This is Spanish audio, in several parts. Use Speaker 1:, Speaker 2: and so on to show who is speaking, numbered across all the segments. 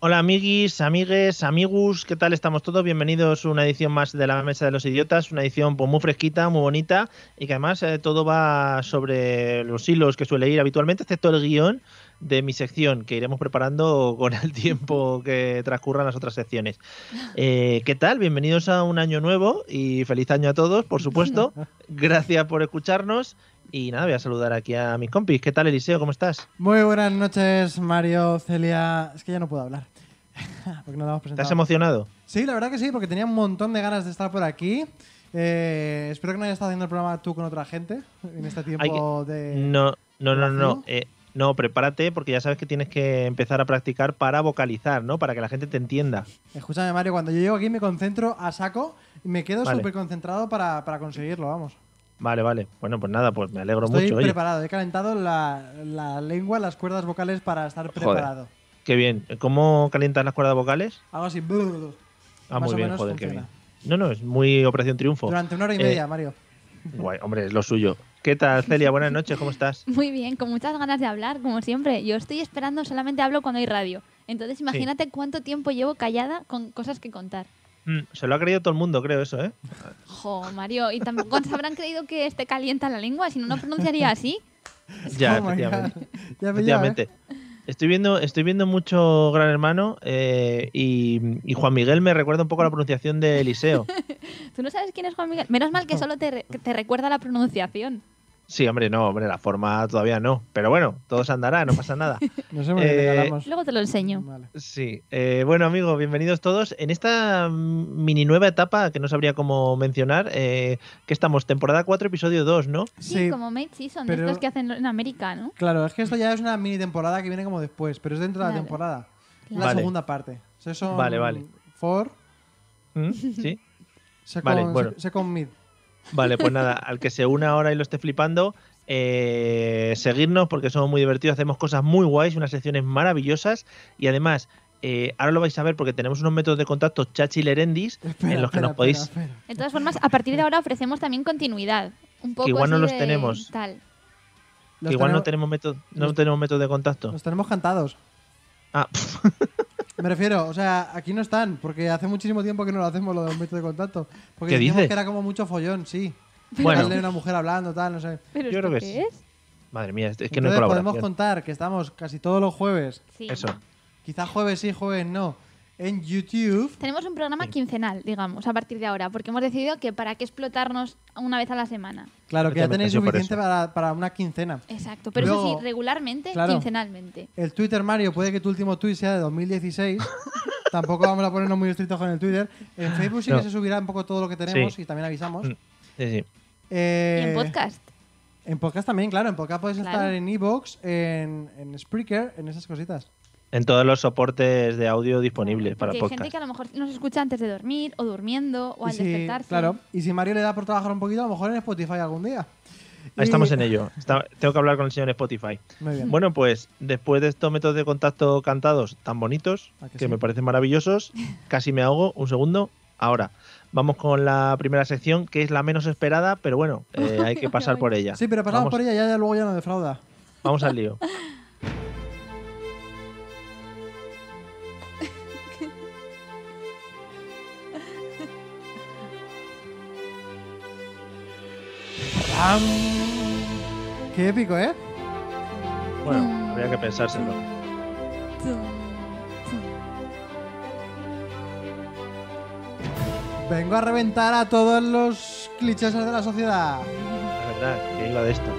Speaker 1: Hola amiguis, amigues, amigus, ¿qué tal estamos todos? Bienvenidos a una edición más de la Mesa de los Idiotas, una edición pues, muy fresquita, muy bonita y que además eh, todo va sobre los hilos que suele ir habitualmente, excepto el guión de mi sección que iremos preparando con el tiempo que transcurran las otras secciones. Eh, ¿Qué tal? Bienvenidos a un año nuevo y feliz año a todos, por supuesto. Gracias por escucharnos y nada, voy a saludar aquí a mis compis. ¿Qué tal, Eliseo? ¿Cómo estás?
Speaker 2: Muy buenas noches, Mario, Celia. Es que ya no puedo hablar. porque no la hemos
Speaker 1: ¿Estás
Speaker 2: presentado.
Speaker 1: emocionado?
Speaker 2: Sí, la verdad que sí, porque tenía un montón de ganas de estar por aquí. Eh, espero que no hayas estado haciendo el programa tú con otra gente en este tiempo de.
Speaker 1: No, no, no, no.
Speaker 2: ¿Vacío?
Speaker 1: eh, no, prepárate porque ya sabes que tienes que empezar a practicar para vocalizar, ¿no? Para que la gente te entienda.
Speaker 2: Escúchame, Mario, cuando yo llego aquí me concentro a saco y me quedo
Speaker 1: Vale.
Speaker 2: súper concentrado para, para conseguirlo, vamos.
Speaker 1: Vale, vale. Bueno, pues nada, pues me alegro
Speaker 2: Estoy
Speaker 1: mucho. Oye,
Speaker 2: preparado, he calentado la, la lengua, las cuerdas vocales para estar preparado.
Speaker 1: qué bien. ¿Cómo calientas las cuerdas vocales?
Speaker 2: Hago así.
Speaker 1: Ah,
Speaker 2: Más
Speaker 1: muy
Speaker 2: o
Speaker 1: bien,
Speaker 2: menos
Speaker 1: joder, qué bien.
Speaker 2: funciona.
Speaker 1: No, no, es muy Operación Triunfo.
Speaker 2: Durante una hora y
Speaker 1: Eh,
Speaker 2: media, Mario.
Speaker 1: Guay, hombre, es lo suyo. ¿Qué tal, Celia? Buenas noches, ¿cómo estás?
Speaker 3: Muy bien, con muchas ganas de hablar, como siempre. Yo estoy esperando, solamente hablo cuando hay radio. Entonces imagínate cuánto tiempo llevo callada con cosas que contar.
Speaker 1: Mm, se lo ha creído todo el mundo, creo, eso, ¿eh?
Speaker 3: Jo, Mario, y tampoco se habrán creído que este calienta la lengua, si no, no pronunciaría así.
Speaker 1: Ya,
Speaker 2: Oh my God.
Speaker 1: efectivamente.
Speaker 2: Ya me lleva, ¿eh?
Speaker 1: Efectivamente. Estoy viendo, estoy viendo mucho Gran Hermano eh, y, y Juan Miguel me recuerda un poco a la pronunciación de Eliseo.
Speaker 3: ¿Tú no sabes quién es Juan Miguel? Menos mal que solo te, re- te recuerda la pronunciación.
Speaker 1: Sí, hombre, no, hombre, la forma todavía no. Pero bueno, todo se andará, no pasa nada.
Speaker 2: No sé por qué te
Speaker 1: Eh,
Speaker 2: regalamos.
Speaker 3: Luego te lo enseño.
Speaker 2: Vale.
Speaker 1: Sí. eh, bueno, amigos, bienvenidos todos. En esta mm, mini nueva etapa, que no sabría cómo mencionar, eh, que estamos, temporada 4, episodio 2, ¿no?
Speaker 3: Sí,
Speaker 2: Sí,
Speaker 3: como Made Season,
Speaker 2: pero-
Speaker 3: de estos que hacen en América, ¿no?
Speaker 2: Claro, es que esto ya es una mini temporada que viene como después, pero es dentro de la
Speaker 3: Claro.
Speaker 2: temporada. La
Speaker 1: Vale.
Speaker 2: segunda parte. Se son
Speaker 1: Vale, vale.
Speaker 2: For,
Speaker 1: ¿Mm? Sí.
Speaker 2: Second,
Speaker 1: Vale, bueno.
Speaker 2: second Mid.
Speaker 1: Vale, pues nada, al que se una ahora y lo esté flipando, eh, seguirnos porque somos muy divertidos, hacemos cosas muy guays, unas secciones maravillosas y además, eh, ahora lo vais a ver porque tenemos unos métodos de contacto chachilerendis en los que nos podéis...
Speaker 3: De todas formas, a partir de ahora ofrecemos también continuidad. Un poco
Speaker 1: igual no
Speaker 3: así
Speaker 1: los
Speaker 3: de
Speaker 1: tenemos.
Speaker 3: Tal.
Speaker 1: que igual no tenemos método, no
Speaker 2: los-
Speaker 1: tenemos método de contacto.
Speaker 2: Los tenemos cantados.
Speaker 1: Ah,
Speaker 2: Me refiero, o sea, aquí no están, porque hace muchísimo tiempo que no lo hacemos lo de un metro de contacto. Porque
Speaker 1: ¿Qué
Speaker 2: decíamos
Speaker 1: dices?
Speaker 2: que era como mucho follón, sí.
Speaker 1: Bueno.
Speaker 2: Darle a una mujer hablando, tal, no sé.
Speaker 3: ¿Pero
Speaker 1: Yo
Speaker 3: esto
Speaker 1: creo que
Speaker 3: qué
Speaker 1: sí.
Speaker 3: es?
Speaker 1: madre mía, es que no hay
Speaker 2: Entonces podemos
Speaker 1: colaboración.
Speaker 2: contar que estamos casi todos los jueves,
Speaker 3: Sí.
Speaker 1: Eso.
Speaker 2: quizá jueves sí, jueves no, en YouTube.
Speaker 3: Tenemos un programa quincenal, digamos, a partir de ahora, porque hemos decidido que para qué explotarnos una vez a la semana.
Speaker 2: Claro,
Speaker 1: Yo
Speaker 2: que ya
Speaker 1: también
Speaker 2: tenéis
Speaker 1: pienso por
Speaker 2: suficiente
Speaker 1: eso.
Speaker 2: para, para una quincena.
Speaker 3: Exacto, pero
Speaker 2: Luego-
Speaker 3: eso sí, regularmente,
Speaker 2: claro.
Speaker 3: quincenalmente.
Speaker 2: El Twitter, Mario, puede que tu último tweet sea de 2016. Tampoco vamos a ponernos muy estrictos con el Twitter. En Facebook sí
Speaker 1: No.
Speaker 2: que se subirá un poco todo lo que tenemos
Speaker 1: Sí.
Speaker 2: y también avisamos.
Speaker 1: Mm. Sí, sí.
Speaker 2: Eh,
Speaker 3: y en podcast.
Speaker 2: En podcast también, claro. En podcast podéis
Speaker 3: Claro.
Speaker 2: estar en Evox, en, en Spreaker, en esas cositas.
Speaker 1: En todos los soportes de audio disponibles para
Speaker 3: porque hay gente
Speaker 1: podcast.
Speaker 3: que a lo mejor nos escucha antes de dormir, o durmiendo, o
Speaker 2: Y
Speaker 3: al
Speaker 2: si-
Speaker 3: despertarse.
Speaker 2: Claro. Y si Mario le da por trabajar un poquito, a lo mejor en Spotify algún día.
Speaker 1: Ahí Ah, Estamos en ello. Está- tengo que hablar con el señor Spotify.
Speaker 2: Muy
Speaker 3: Mm.
Speaker 2: bien.
Speaker 1: Bueno, pues después de estos métodos de contacto cantados tan bonitos,
Speaker 2: ¿A Ah, que
Speaker 1: que,
Speaker 2: sí?
Speaker 1: me parecen maravillosos, casi me ahogo, un segundo, ahora. Vamos con la primera sección, que es la menos esperada, pero bueno, eh, hay que pasar por ella.
Speaker 2: Sí, pero pasamos
Speaker 1: vamos,
Speaker 2: por ella, ya, ya luego ya no defrauda.
Speaker 1: Vamos al lío.
Speaker 2: ¡Pam! Qué épico, ¿eh?
Speaker 1: Bueno, habría que pensárselo.
Speaker 3: Tum, tum.
Speaker 2: Vengo a reventar a todos los clichés de la sociedad.
Speaker 1: La verdad, que iba de esto.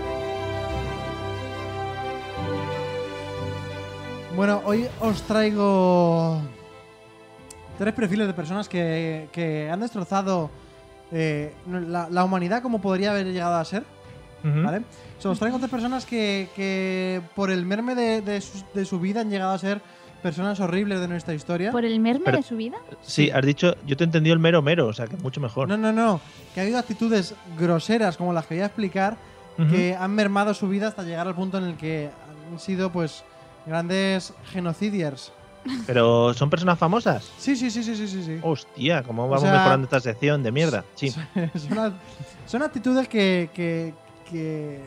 Speaker 2: Bueno, hoy os traigo tres perfiles de personas que, que han destrozado eh, la, la humanidad como podría haber llegado a ser,
Speaker 1: Ujú.
Speaker 2: ¿vale? O sea, os traigo tres personas que, que por el merme de, de su, de su vida han llegado a ser personas horribles de nuestra historia.
Speaker 3: ¿Por el merme
Speaker 1: Pero-
Speaker 3: de su vida?
Speaker 1: Sí, has dicho, yo te he entendido el mero mero, o sea que mucho mejor.
Speaker 2: No, no, no, que ha habido actitudes groseras como las que voy a explicar
Speaker 1: Ujú.
Speaker 2: que han mermado su vida hasta llegar al punto en el que han sido pues grandes genocidiers.
Speaker 1: Pero son personas famosas.
Speaker 2: Sí, sí, sí, sí, sí, sí. sí.
Speaker 1: Hostia, cómo vamos
Speaker 2: sea-
Speaker 1: mejorando esta sección de mierda. Sí,
Speaker 2: son, act- son actitudes que, que- que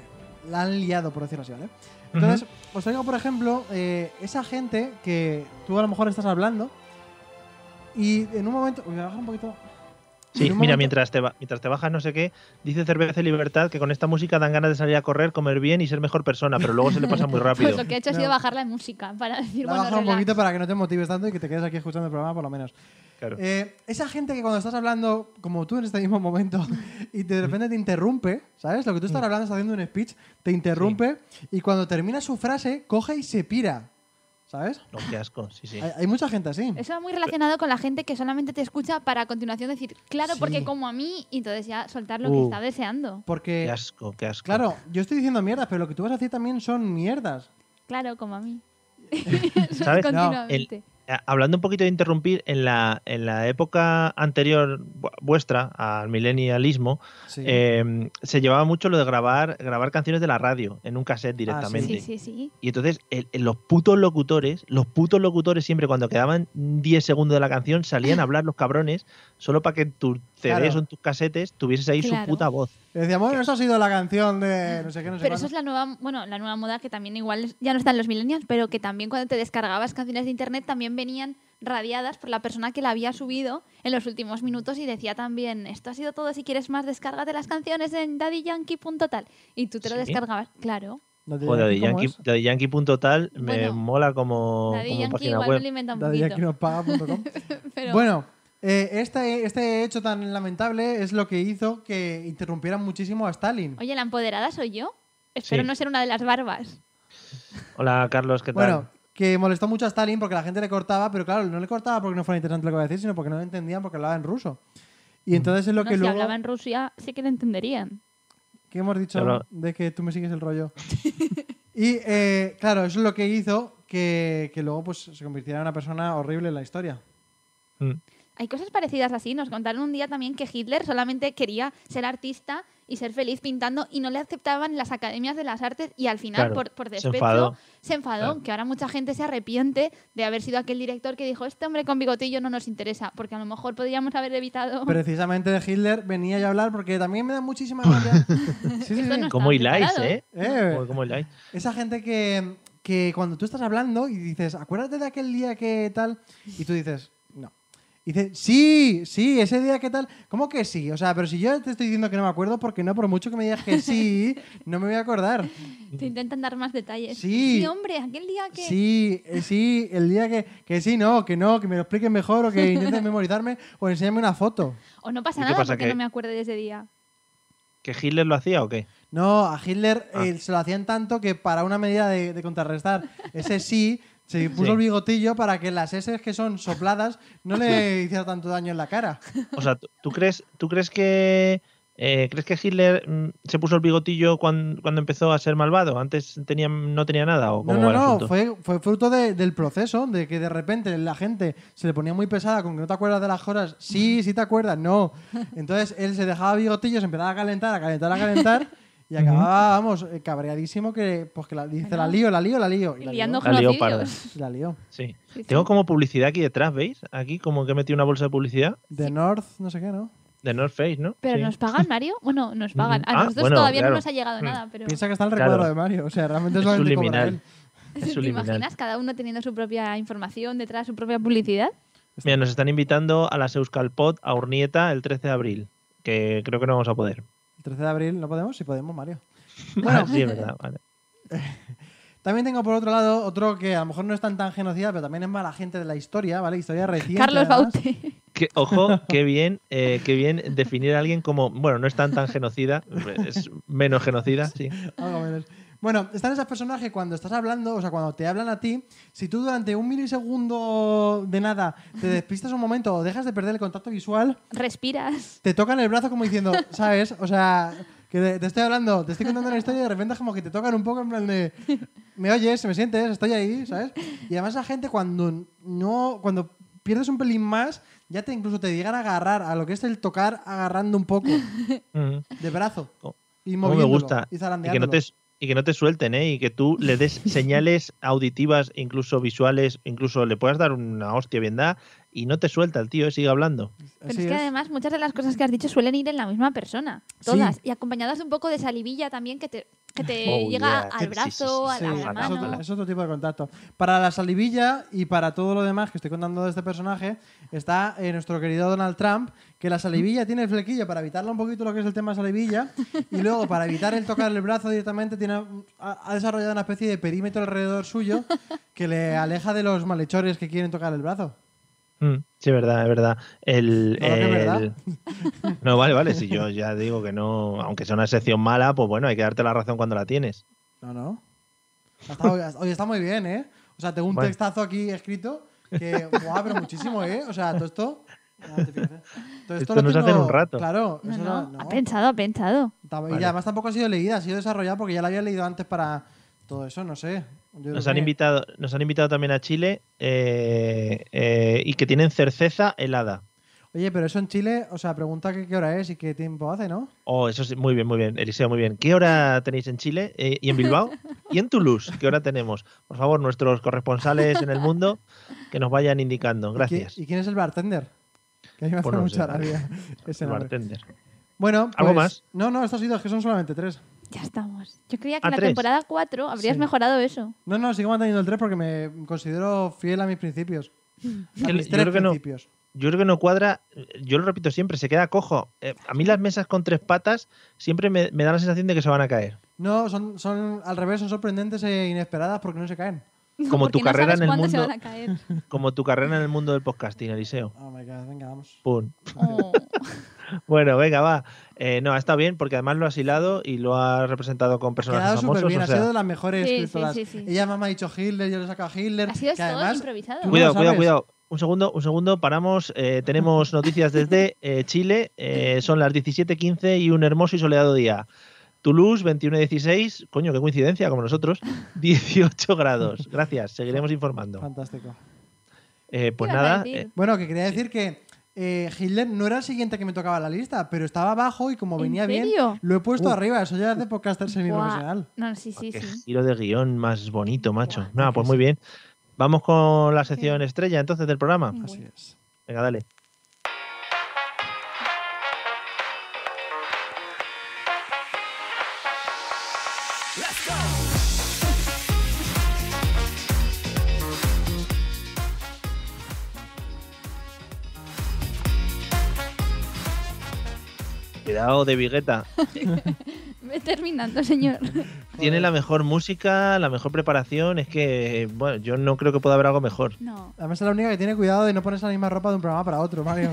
Speaker 2: la han liado, por decirlo así, ¿vale? Entonces, os traigo, por ejemplo, eh, esa gente que tú a lo mejor estás hablando y en un momento. Uy, voy a bajar un poquito.
Speaker 1: Sí,
Speaker 2: En
Speaker 1: mira,
Speaker 2: un momento-
Speaker 1: mientras, te ba- mientras te bajas no sé qué, dice Cerveza y Libertad que con esta música dan ganas de salir a correr, comer bien y ser mejor persona, pero luego se le pasa muy rápido.
Speaker 3: Pues lo que he hecho ha
Speaker 2: No.
Speaker 3: sido bajar la música para decir,
Speaker 2: La
Speaker 3: bueno,
Speaker 2: bajar un
Speaker 3: relax.
Speaker 2: poquito para que no te motives tanto y que te quedes aquí escuchando el programa por lo menos.
Speaker 1: Claro.
Speaker 2: Eh, esa gente que cuando estás hablando, como tú en este mismo momento, y de repente te interrumpe, ¿sabes? Lo que tú
Speaker 1: Mm.
Speaker 2: estás hablando, estás haciendo un speech, te interrumpe y cuando termina su frase, coge y se pira, ¿sabes?
Speaker 1: No, qué asco, sí, sí.
Speaker 2: Hay, hay mucha gente así.
Speaker 3: Eso va muy relacionado con la gente que solamente te escucha para a continuación decir, claro,
Speaker 2: Sí.
Speaker 3: porque como a mí, y entonces ya soltar lo que
Speaker 1: Uh.
Speaker 3: está deseando.
Speaker 1: Qué
Speaker 2: Porque,
Speaker 1: asco, qué asco.
Speaker 2: claro, yo estoy diciendo mierdas, pero lo que tú vas a decir también son mierdas.
Speaker 3: Claro, como a mí.
Speaker 1: ¿Sabes?
Speaker 3: Continuamente.
Speaker 1: A- Eh, Hablando un poquito de interrumpir, en la, en la época anterior vu- vuestra al milenialismo,
Speaker 2: Sí.
Speaker 1: eh, se llevaba mucho lo de grabar, grabar canciones de la radio en un
Speaker 2: Ah,
Speaker 1: cassette directamente.
Speaker 3: Sí, sí, sí.
Speaker 1: Y entonces el- el- los putos locutores, los putos locutores siempre cuando quedaban 10 segundos de la canción salían a hablar los cabrones solo para que en tus CDs
Speaker 2: Claro.
Speaker 1: o en tus casetes tuvieses ahí
Speaker 3: Claro.
Speaker 1: su puta voz.
Speaker 2: Y decíamos, bueno, esa ha sido la canción de no sé qué, no sé
Speaker 3: Pero
Speaker 2: cuándo".
Speaker 3: eso es la nueva, bueno, la nueva moda que también igual es- ya no están los millennials, pero que también cuando te descargabas canciones de internet también venían radiadas por la persona que la había subido en los últimos minutos y decía también, esto ha sido todo, si quieres más descárgate las canciones en daddyyankee.tal y tú te lo
Speaker 1: Sí.
Speaker 3: descargabas, claro.
Speaker 2: No te
Speaker 1: Joder, de
Speaker 2: digo aquí cómo
Speaker 1: Yankee,
Speaker 2: es.
Speaker 1: lo de Yankee.tal me
Speaker 3: Bueno,
Speaker 1: mola como,
Speaker 3: Daddy
Speaker 1: como
Speaker 3: Yankee
Speaker 1: página
Speaker 3: igual me
Speaker 1: web.
Speaker 3: lo inventa un
Speaker 2: Daddy
Speaker 3: poquito.
Speaker 2: Yankee nos paga punto com.
Speaker 3: pero
Speaker 2: Bueno, eh, este, este hecho tan lamentable es lo que hizo que interrumpieran muchísimo a Stalin.
Speaker 3: Oye, la empoderada soy yo. Espero
Speaker 1: Sí.
Speaker 3: no ser una de las barbas.
Speaker 1: Hola Carlos, ¿qué tal?
Speaker 2: Bueno, que molestó mucho a Stalin porque la gente le cortaba, pero claro, no le cortaba porque no fuera interesante lo que iba a decir, sino porque no lo entendían porque hablaba en ruso. Y entonces es lo
Speaker 3: Mm. No,
Speaker 2: que
Speaker 3: si
Speaker 2: luego...
Speaker 3: hablaba en Rusia, sí que lo entenderían.
Speaker 2: ¿Qué hemos dicho
Speaker 1: Habla-
Speaker 2: de que tú me sigues el rollo? y eh, claro, eso es lo que hizo que, que luego pues, se convirtiera en una persona horrible en la historia.
Speaker 1: Mm.
Speaker 3: Hay cosas parecidas así. Nos contaron un día también que Hitler solamente quería ser artista y ser feliz pintando y no le aceptaban las academias de las artes y al final,
Speaker 1: Claro,
Speaker 3: por, por
Speaker 1: se
Speaker 3: despecho,
Speaker 1: enfadó.
Speaker 3: se enfadó,
Speaker 1: Claro.
Speaker 3: que ahora mucha gente se arrepiente de haber sido aquel director que dijo, este hombre con bigotillo no nos interesa, porque a lo mejor podríamos haber evitado...
Speaker 2: Precisamente de Hitler venía yo a hablar porque también me da muchísima rabia. Sí, sí,
Speaker 3: Esto
Speaker 2: sí.
Speaker 3: no es-
Speaker 1: como
Speaker 3: Estaba
Speaker 1: hiláis,
Speaker 3: preparado.
Speaker 1: ¿eh?
Speaker 2: Eh.
Speaker 1: Como, como hiláis.
Speaker 2: Esa gente que, que cuando tú estás hablando y dices, acuérdate de aquel día que tal, y tú dices, no. Y dices, sí, sí, ese día que tal. ¿Cómo que sí? O sea, pero si yo te estoy diciendo que no me acuerdo, porque no, por mucho que me digas que sí, no me voy a acordar.
Speaker 3: Te intentan dar más detalles.
Speaker 2: Sí.
Speaker 3: hombre, aquel día que...
Speaker 2: Sí, eh, sí, el día que, que sí, no, que no, que me lo expliquen mejor o que intenten memorizarme o enséñame una foto.
Speaker 3: O no
Speaker 1: ¿Y
Speaker 3: pasa
Speaker 1: qué
Speaker 3: nada
Speaker 1: pasa,
Speaker 3: porque
Speaker 1: que-
Speaker 3: no me acuerde de ese día.
Speaker 1: ¿Que Hitler lo hacía o qué?
Speaker 2: No, a Hitler
Speaker 1: Ah.
Speaker 2: eh, se lo hacían tanto que para una medida de, de contrarrestar ese sí, se puso
Speaker 1: Sí.
Speaker 2: el bigotillo para que las S que son sopladas no le hiciera tanto daño en la cara.
Speaker 1: O sea, ¿tú, tú crees, tú crees que eh, crees que Hitler mm, se puso el bigotillo cuan- cuando, empezó a ser malvado? Antes tenía, no tenía nada o
Speaker 2: No,
Speaker 1: cómo
Speaker 2: no,
Speaker 1: va el
Speaker 2: no,
Speaker 1: asunto?
Speaker 2: fue, fue fruto de- del proceso, de que de repente la gente se le ponía muy pesada con que no te acuerdas de las cosas. Sí, sí te acuerdas, no. Entonces él se dejaba bigotillos, empezaba a calentar, a calentar, a calentar. Y acababa, vamos, eh, cabreadísimo que, pues que la, dice,
Speaker 3: Bueno.
Speaker 2: la lío, la lío, la lío. Y la
Speaker 3: Liando
Speaker 2: lió.
Speaker 1: La lió
Speaker 3: genocidios.
Speaker 1: parda.
Speaker 2: Y la lío.
Speaker 1: Sí.
Speaker 3: Sí, sí.
Speaker 1: Tengo como publicidad aquí detrás, ¿veis? Aquí como que he metido una bolsa de publicidad
Speaker 2: The North, no sé qué, ¿no?
Speaker 1: de North Face, ¿no?
Speaker 3: Pero
Speaker 1: Sí.
Speaker 3: nos pagan, Mario. Bueno, nos pagan. A
Speaker 1: Ah,
Speaker 3: nosotros
Speaker 1: bueno,
Speaker 3: todavía
Speaker 1: claro.
Speaker 3: no nos ha llegado
Speaker 1: Mm.
Speaker 3: nada, pero...
Speaker 2: Piensa que está el
Speaker 1: Claro.
Speaker 2: recuadro de Mario. O sea, realmente
Speaker 1: Es
Speaker 2: es solamente cobra
Speaker 1: subliminal.
Speaker 2: él.
Speaker 1: Es
Speaker 3: ¿Te
Speaker 1: subliminal.
Speaker 3: imaginas cada uno teniendo su propia información detrás, su propia publicidad?
Speaker 1: Mira, nos están invitando a las Euskalpod a Urnieta el 13 de abril, que creo que no vamos a poder.
Speaker 2: El 13 de abril no podemos, si podemos, Mario.
Speaker 1: Ah, sí, es verdad. Vale.
Speaker 2: También tengo por otro lado otro que a lo mejor no es tan tan genocida, pero también es mala gente de la historia, ¿vale? Historia reciente.
Speaker 3: Carlos
Speaker 2: además.
Speaker 3: Baute.
Speaker 1: Que- ojo, qué bien, eh, qué bien definir a alguien como, bueno, no es tan tan genocida, es menos genocida, sí.
Speaker 2: Algo menos. Bueno, están esas personas que cuando estás hablando, o sea, cuando te hablan a ti, si tú durante un milisegundo de nada te despistas un momento o dejas de perder el contacto visual,
Speaker 3: Respiras.
Speaker 2: te tocan el brazo como diciendo, ¿sabes? O sea, que te, te estoy hablando, te estoy contando una historia y de repente es como que te tocan un poco en plan de, me oyes, me sientes, estoy ahí, ¿sabes? Y además la gente cuando no, cuando pierdes un pelín más, ya te incluso te llegan a agarrar a lo que es el tocar agarrando un poco
Speaker 1: Ujú.
Speaker 2: de brazo
Speaker 1: Cómo- Oh,
Speaker 2: y
Speaker 1: Cómo me
Speaker 2: moviéndolo
Speaker 1: gusta.
Speaker 2: y
Speaker 1: Y que, no
Speaker 2: zarandeándolo.
Speaker 1: te, y que no te suelten, ¿eh? Y que tú le des señales auditivas, incluso visuales, incluso le puedas dar una hostia bien da y no te suelta el tío, ¿eh? sigue hablando.
Speaker 3: Pero
Speaker 2: Así
Speaker 3: es que
Speaker 2: es.
Speaker 3: además muchas de las cosas que has dicho suelen ir en la misma persona. Todas. Y acompañadas de un poco de salivilla también que te, que te
Speaker 1: Oh,
Speaker 3: llega
Speaker 1: yeah.
Speaker 3: al
Speaker 1: Sí, sí,
Speaker 3: brazo,
Speaker 1: sí,
Speaker 3: a la,
Speaker 1: sí.
Speaker 3: a la
Speaker 1: Ah,
Speaker 2: es
Speaker 1: no.
Speaker 2: otro,
Speaker 3: mano.
Speaker 2: es otro tipo de contacto. Para la salivilla y para todo lo demás que estoy contando de este personaje, está eh, nuestro querido Donald Trump, que la salivilla tiene el flequillo para evitarla un poquito lo que es el tema salivilla, y luego para evitar el tocar el brazo directamente, tiene, ha, ha desarrollado una especie de perímetro alrededor suyo que le aleja de los malhechores que quieren tocar el brazo.
Speaker 1: Mm, Sí, es verdad, es verdad. El,
Speaker 2: Todo lo que es
Speaker 1: el-
Speaker 2: verdad.
Speaker 1: No, vale, vale. Si yo ya digo que no, aunque sea una sección mala, pues bueno, hay que darte la razón cuando la tienes.
Speaker 2: No, no. Ha estado- ha- Oye, está muy bien, ¿eh? O sea, tengo un
Speaker 1: Bueno.
Speaker 2: textazo aquí escrito que, guau, pero muchísimo, ¿eh? O sea, todo esto. Ah, te fijas, ¿eh? Todo
Speaker 1: Esto
Speaker 2: lo
Speaker 1: nos hace en
Speaker 2: tengo-
Speaker 1: un rato.
Speaker 2: Claro,
Speaker 3: No,
Speaker 2: eso
Speaker 3: no,
Speaker 2: no-
Speaker 3: ha
Speaker 2: no.
Speaker 3: pensado, ha pensado.
Speaker 2: Ta- Y
Speaker 1: Vale.
Speaker 2: además tampoco ha sido leída, ha sido desarrollada porque ya la había leído antes para todo eso, no sé. Yo creo
Speaker 1: Nos han
Speaker 2: que-
Speaker 1: invitado, nos han invitado también a Chile eh, eh, y que tienen cerceza helada.
Speaker 2: Oye, pero eso en Chile, o sea, pregunta que qué hora es y qué tiempo hace, ¿no?
Speaker 1: Oh, eso sí, muy bien, muy bien, Eliseo, muy bien. ¿Qué hora tenéis en Chile Eh, y en Bilbao y en Toulouse? ¿Qué hora tenemos? Por favor, nuestros corresponsales en el mundo que nos vayan indicando.
Speaker 2: ¿Y
Speaker 1: Gracias.
Speaker 2: qui- ¿Y, quién es el bartender? Que a mí me hace
Speaker 1: Pues no
Speaker 2: mucha
Speaker 1: sé.
Speaker 2: rabia ese
Speaker 1: El
Speaker 2: nombre.
Speaker 1: bartender.
Speaker 2: Bueno,
Speaker 1: ¿Algo
Speaker 2: pues-
Speaker 1: más?
Speaker 2: No, no, estos sido, es que son solamente tres.
Speaker 3: Ya estamos. Yo creía que
Speaker 1: Ah,
Speaker 3: en la
Speaker 1: tres.
Speaker 3: temporada 4 habrías
Speaker 2: Sí.
Speaker 3: mejorado eso.
Speaker 2: No, no, sigo manteniendo el 3 porque me considero fiel a mis principios. A
Speaker 1: Yo-
Speaker 2: mis
Speaker 1: yo
Speaker 2: tres
Speaker 1: creo que no.
Speaker 2: principios.
Speaker 1: Yo creo que no cuadra, yo lo repito siempre, se queda cojo. Eh, a mí las mesas con tres patas siempre me, me da la sensación de que se van a caer.
Speaker 2: No, son, son al revés, son sorprendentes e inesperadas porque no se caen.
Speaker 1: Como
Speaker 3: Porque
Speaker 1: tu
Speaker 3: no
Speaker 1: carrera
Speaker 3: sabes
Speaker 1: en el
Speaker 3: cuándo se
Speaker 1: mundo,
Speaker 3: van a caer.
Speaker 1: como tu carrera en el mundo del podcasting, Eliseo.
Speaker 2: Oh my god, venga, vamos.
Speaker 1: Pum.
Speaker 3: Oh.
Speaker 1: Bueno, venga, va. Eh, no, ha estado bien porque además lo has hilado y lo has representado con
Speaker 2: Ha quedado
Speaker 1: personajes
Speaker 2: súper
Speaker 1: famosos.
Speaker 2: bien,
Speaker 1: o
Speaker 2: ha
Speaker 1: sea,
Speaker 2: sido de las mejores
Speaker 3: Sí, sí,
Speaker 2: escritoras.
Speaker 3: sí, sí.
Speaker 2: Ella mamá ha dicho Hitler, yo le he sacado a Hitler.
Speaker 3: Ha sido
Speaker 2: que
Speaker 3: todo
Speaker 2: además,
Speaker 3: improvisado.
Speaker 2: tú-
Speaker 1: Cuidado,
Speaker 2: lo
Speaker 1: cuidado,
Speaker 2: sabes.
Speaker 1: cuidado. Un segundo, un segundo, paramos. Eh, tenemos noticias desde eh, Chile. Eh, son las 17.15 y un hermoso y soleado día. Toulouse, 21.16. Coño, qué coincidencia, como nosotros. 18 grados. Gracias, seguiremos informando.
Speaker 2: Fantástico.
Speaker 1: Eh, pues
Speaker 3: Iba a
Speaker 1: nada,
Speaker 3: decir.
Speaker 1: eh,
Speaker 2: Bueno, que quería decir que eh, Hitler no era el siguiente que me tocaba la lista, pero estaba abajo y como
Speaker 3: ¿En
Speaker 2: venía
Speaker 3: serio?
Speaker 2: bien, lo he puesto
Speaker 1: Uh.
Speaker 2: arriba. Eso ya es de podcaster
Speaker 3: Buah.
Speaker 2: semiprofesional.
Speaker 3: No, sí, sí,
Speaker 1: qué
Speaker 3: sí.
Speaker 1: giro de guión más bonito, macho.
Speaker 2: Buah,
Speaker 1: Nada,
Speaker 2: qué
Speaker 1: pues
Speaker 2: cosa.
Speaker 1: muy bien. Vamos con la sección estrella entonces del programa.
Speaker 2: Así es.
Speaker 1: Venga, dale. Cuidado de Vigueta.
Speaker 3: Ve terminando, señor.
Speaker 1: Tiene la mejor música, la mejor preparación. Es que, bueno, yo no creo que pueda haber algo mejor.
Speaker 3: No.
Speaker 2: Además es la única que tiene cuidado de no ponerse la misma ropa de un programa para otro, Mario.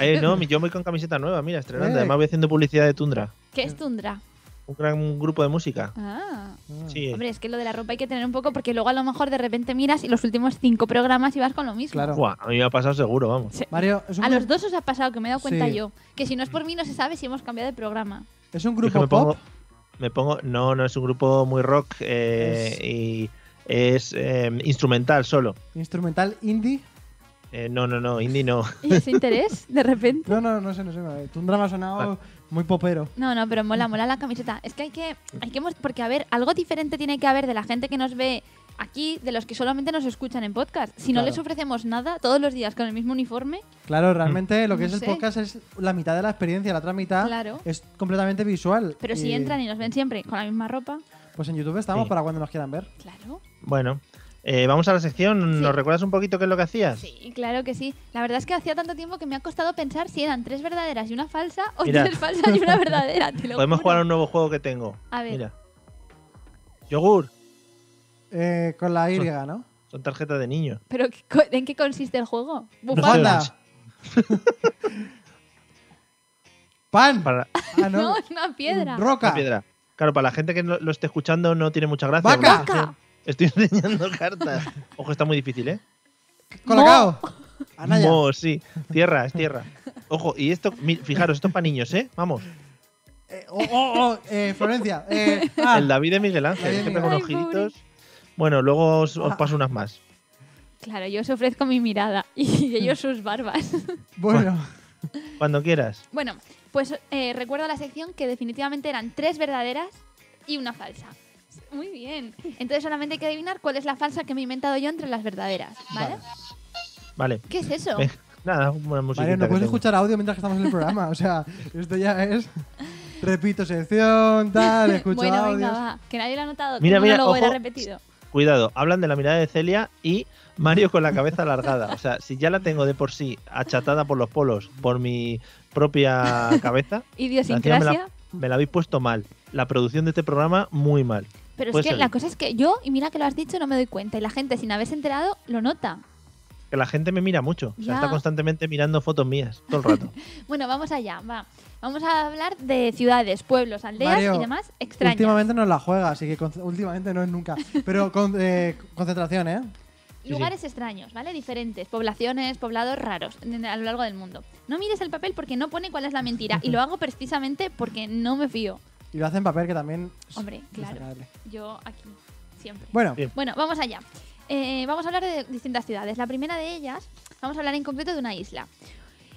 Speaker 1: Eh, no, mi- yo voy con camiseta nueva, mira, estrenando.
Speaker 2: Eh.
Speaker 1: Además voy haciendo publicidad de Tundra.
Speaker 3: ¿Qué es Tundra?
Speaker 1: Un gran grupo de música.
Speaker 3: Ah.
Speaker 1: Sí.
Speaker 3: Hombre, es que lo de la ropa hay que tener un poco porque luego a lo mejor de repente miras y los últimos cinco programas y vas con lo mismo.
Speaker 2: Claro.
Speaker 1: Buah, a mí me ha pasado seguro, vamos.
Speaker 3: Sí.
Speaker 2: Mario, es un,
Speaker 3: A
Speaker 2: gru-
Speaker 3: los dos os ha pasado que me he dado cuenta
Speaker 2: Sí.
Speaker 3: yo. Que si no es por mí no se sabe si hemos cambiado de programa.
Speaker 2: es un
Speaker 1: Yo es que
Speaker 2: grupo
Speaker 1: me pongo,
Speaker 2: pop.
Speaker 1: me pongo. No, no es un grupo muy rock eh,
Speaker 2: Es-
Speaker 1: y es eh, instrumental solo.
Speaker 2: Instrumental indie.
Speaker 1: Eh, no, no, no, indie no.
Speaker 3: ¿Y ese interés? De repente.
Speaker 2: No, no, no sé, no sé. Tundra me ha sonado muy popero.
Speaker 3: No, no, pero mola, mola la camiseta. Es que hay que, hay que mos- porque a ver, algo diferente tiene que haber de la gente que nos ve aquí, de los que solamente nos escuchan en podcast. Si no
Speaker 2: Claro.
Speaker 3: les ofrecemos nada todos los días con el mismo uniforme,
Speaker 2: Claro, realmente
Speaker 1: Mm.
Speaker 2: lo que
Speaker 3: No
Speaker 2: es el
Speaker 3: sé.
Speaker 2: podcast es la mitad de la experiencia, la otra mitad
Speaker 3: Claro.
Speaker 2: es completamente visual.
Speaker 3: pero si entran y nos ven siempre con la misma ropa,
Speaker 2: Pues en YouTube estamos
Speaker 1: Sí.
Speaker 2: para cuando nos quieran ver.
Speaker 3: claro.
Speaker 1: Bueno, eh, vamos a la sección.
Speaker 3: Sí.
Speaker 1: ¿Nos recuerdas un poquito qué es lo que hacías?
Speaker 3: Sí, claro que sí. La verdad es que hacía tanto tiempo que me ha costado pensar si eran tres verdaderas y una falsa o
Speaker 1: Mira.
Speaker 3: tres falsas y una verdadera. te lo
Speaker 1: Podemos
Speaker 3: juro.
Speaker 1: jugar a un nuevo juego que tengo.
Speaker 3: A ver.
Speaker 1: Mira. Yogur.
Speaker 2: Eh, con la Y, ¿no?
Speaker 1: Son tarjetas de niño.
Speaker 3: Pero ¿qué co- ¿en qué consiste el juego?
Speaker 1: Bufanda.
Speaker 3: Bufanda.
Speaker 2: ¡Pan!
Speaker 1: Para
Speaker 2: Ah,
Speaker 3: No, es una piedra.
Speaker 1: la
Speaker 2: ¡Roca!
Speaker 1: piedra. Claro, para la gente que no- lo esté escuchando no tiene mucha gracia.
Speaker 2: ¡Vaca!
Speaker 1: porque Estoy, estoy enseñando cartas. Ojo, está muy difícil, ¿eh?
Speaker 2: ¡Colacao! Anaya.
Speaker 1: Mo, sí. Tierra, es tierra. Ojo, y esto, mi- fijaros, esto es para niños, ¿eh? Vamos.
Speaker 2: Eh, oh, oh, oh, eh, Florencia. Eh, ah,
Speaker 1: El David de Miguel Ángel,
Speaker 2: David de
Speaker 1: siempre
Speaker 2: Miguel
Speaker 1: con
Speaker 3: Ángel. Ay, pobre.
Speaker 1: ojitos. Bueno, luego os,
Speaker 2: Ah.
Speaker 1: os paso unas más.
Speaker 3: Claro, yo os ofrezco mi mirada y ellos sus barbas.
Speaker 2: Bueno,
Speaker 1: Cuando quieras.
Speaker 3: Bueno, pues eh, recuerdo la sección que definitivamente eran tres verdaderas y una falsa. Muy bien. Entonces solamente hay que adivinar cuál es la falsa que me he inventado yo entre las verdaderas, ¿vale?
Speaker 1: Vale.
Speaker 3: ¿Qué es eso?
Speaker 1: Venga, Nada, una musiquita
Speaker 2: Mario, no
Speaker 1: que
Speaker 2: puedes
Speaker 1: tengo.
Speaker 2: escuchar audio mientras que estamos en el programa. O sea, esto ya es. repito sección, tal, escucho
Speaker 3: bueno, venga,
Speaker 2: audios.
Speaker 3: va. Que nadie lo ha notado.
Speaker 1: Mira,
Speaker 3: Mira,
Speaker 1: mira,
Speaker 3: mira, lo
Speaker 1: ojo.
Speaker 3: repetido.
Speaker 1: Cuidado, hablan de la mirada de Celia y Mario con la cabeza alargada. O sea, si ya la tengo de por sí achatada por los polos, por mi propia cabeza, encima me la-
Speaker 3: Idiosincrasia.
Speaker 1: me la habéis puesto mal. La producción de este programa, muy mal.
Speaker 3: Pero
Speaker 1: Puede
Speaker 3: es que
Speaker 1: ser.
Speaker 3: la cosa es que yo, y mira que lo has dicho, no me doy cuenta. Y la gente, sin haberse enterado, lo nota.
Speaker 1: Que la gente me mira mucho. O sea,
Speaker 3: Ya.
Speaker 1: está constantemente mirando fotos mías todo el rato.
Speaker 3: Bueno, vamos allá, va. Vamos a hablar de ciudades, pueblos, aldeas
Speaker 2: Mario,
Speaker 3: y demás extrañas.
Speaker 2: Últimamente no la juega, así que con- últimamente no es nunca. Pero con, eh, concentración, ¿eh?
Speaker 1: sí.
Speaker 3: Lugares extraños, ¿vale? Diferentes, poblaciones, poblados raros en- a lo largo del mundo. No mires el papel porque no pone cuál es la mentira. Y lo hago precisamente porque no me fío.
Speaker 2: Y lo hace en papel, que también. es
Speaker 3: Hombre, claro.
Speaker 2: destacable.
Speaker 3: Yo aquí, siempre.
Speaker 2: Bueno,
Speaker 1: Sí.
Speaker 3: Bueno, vamos allá. Eh, vamos a hablar de distintas ciudades. La primera de ellas, vamos a hablar en concreto de una isla.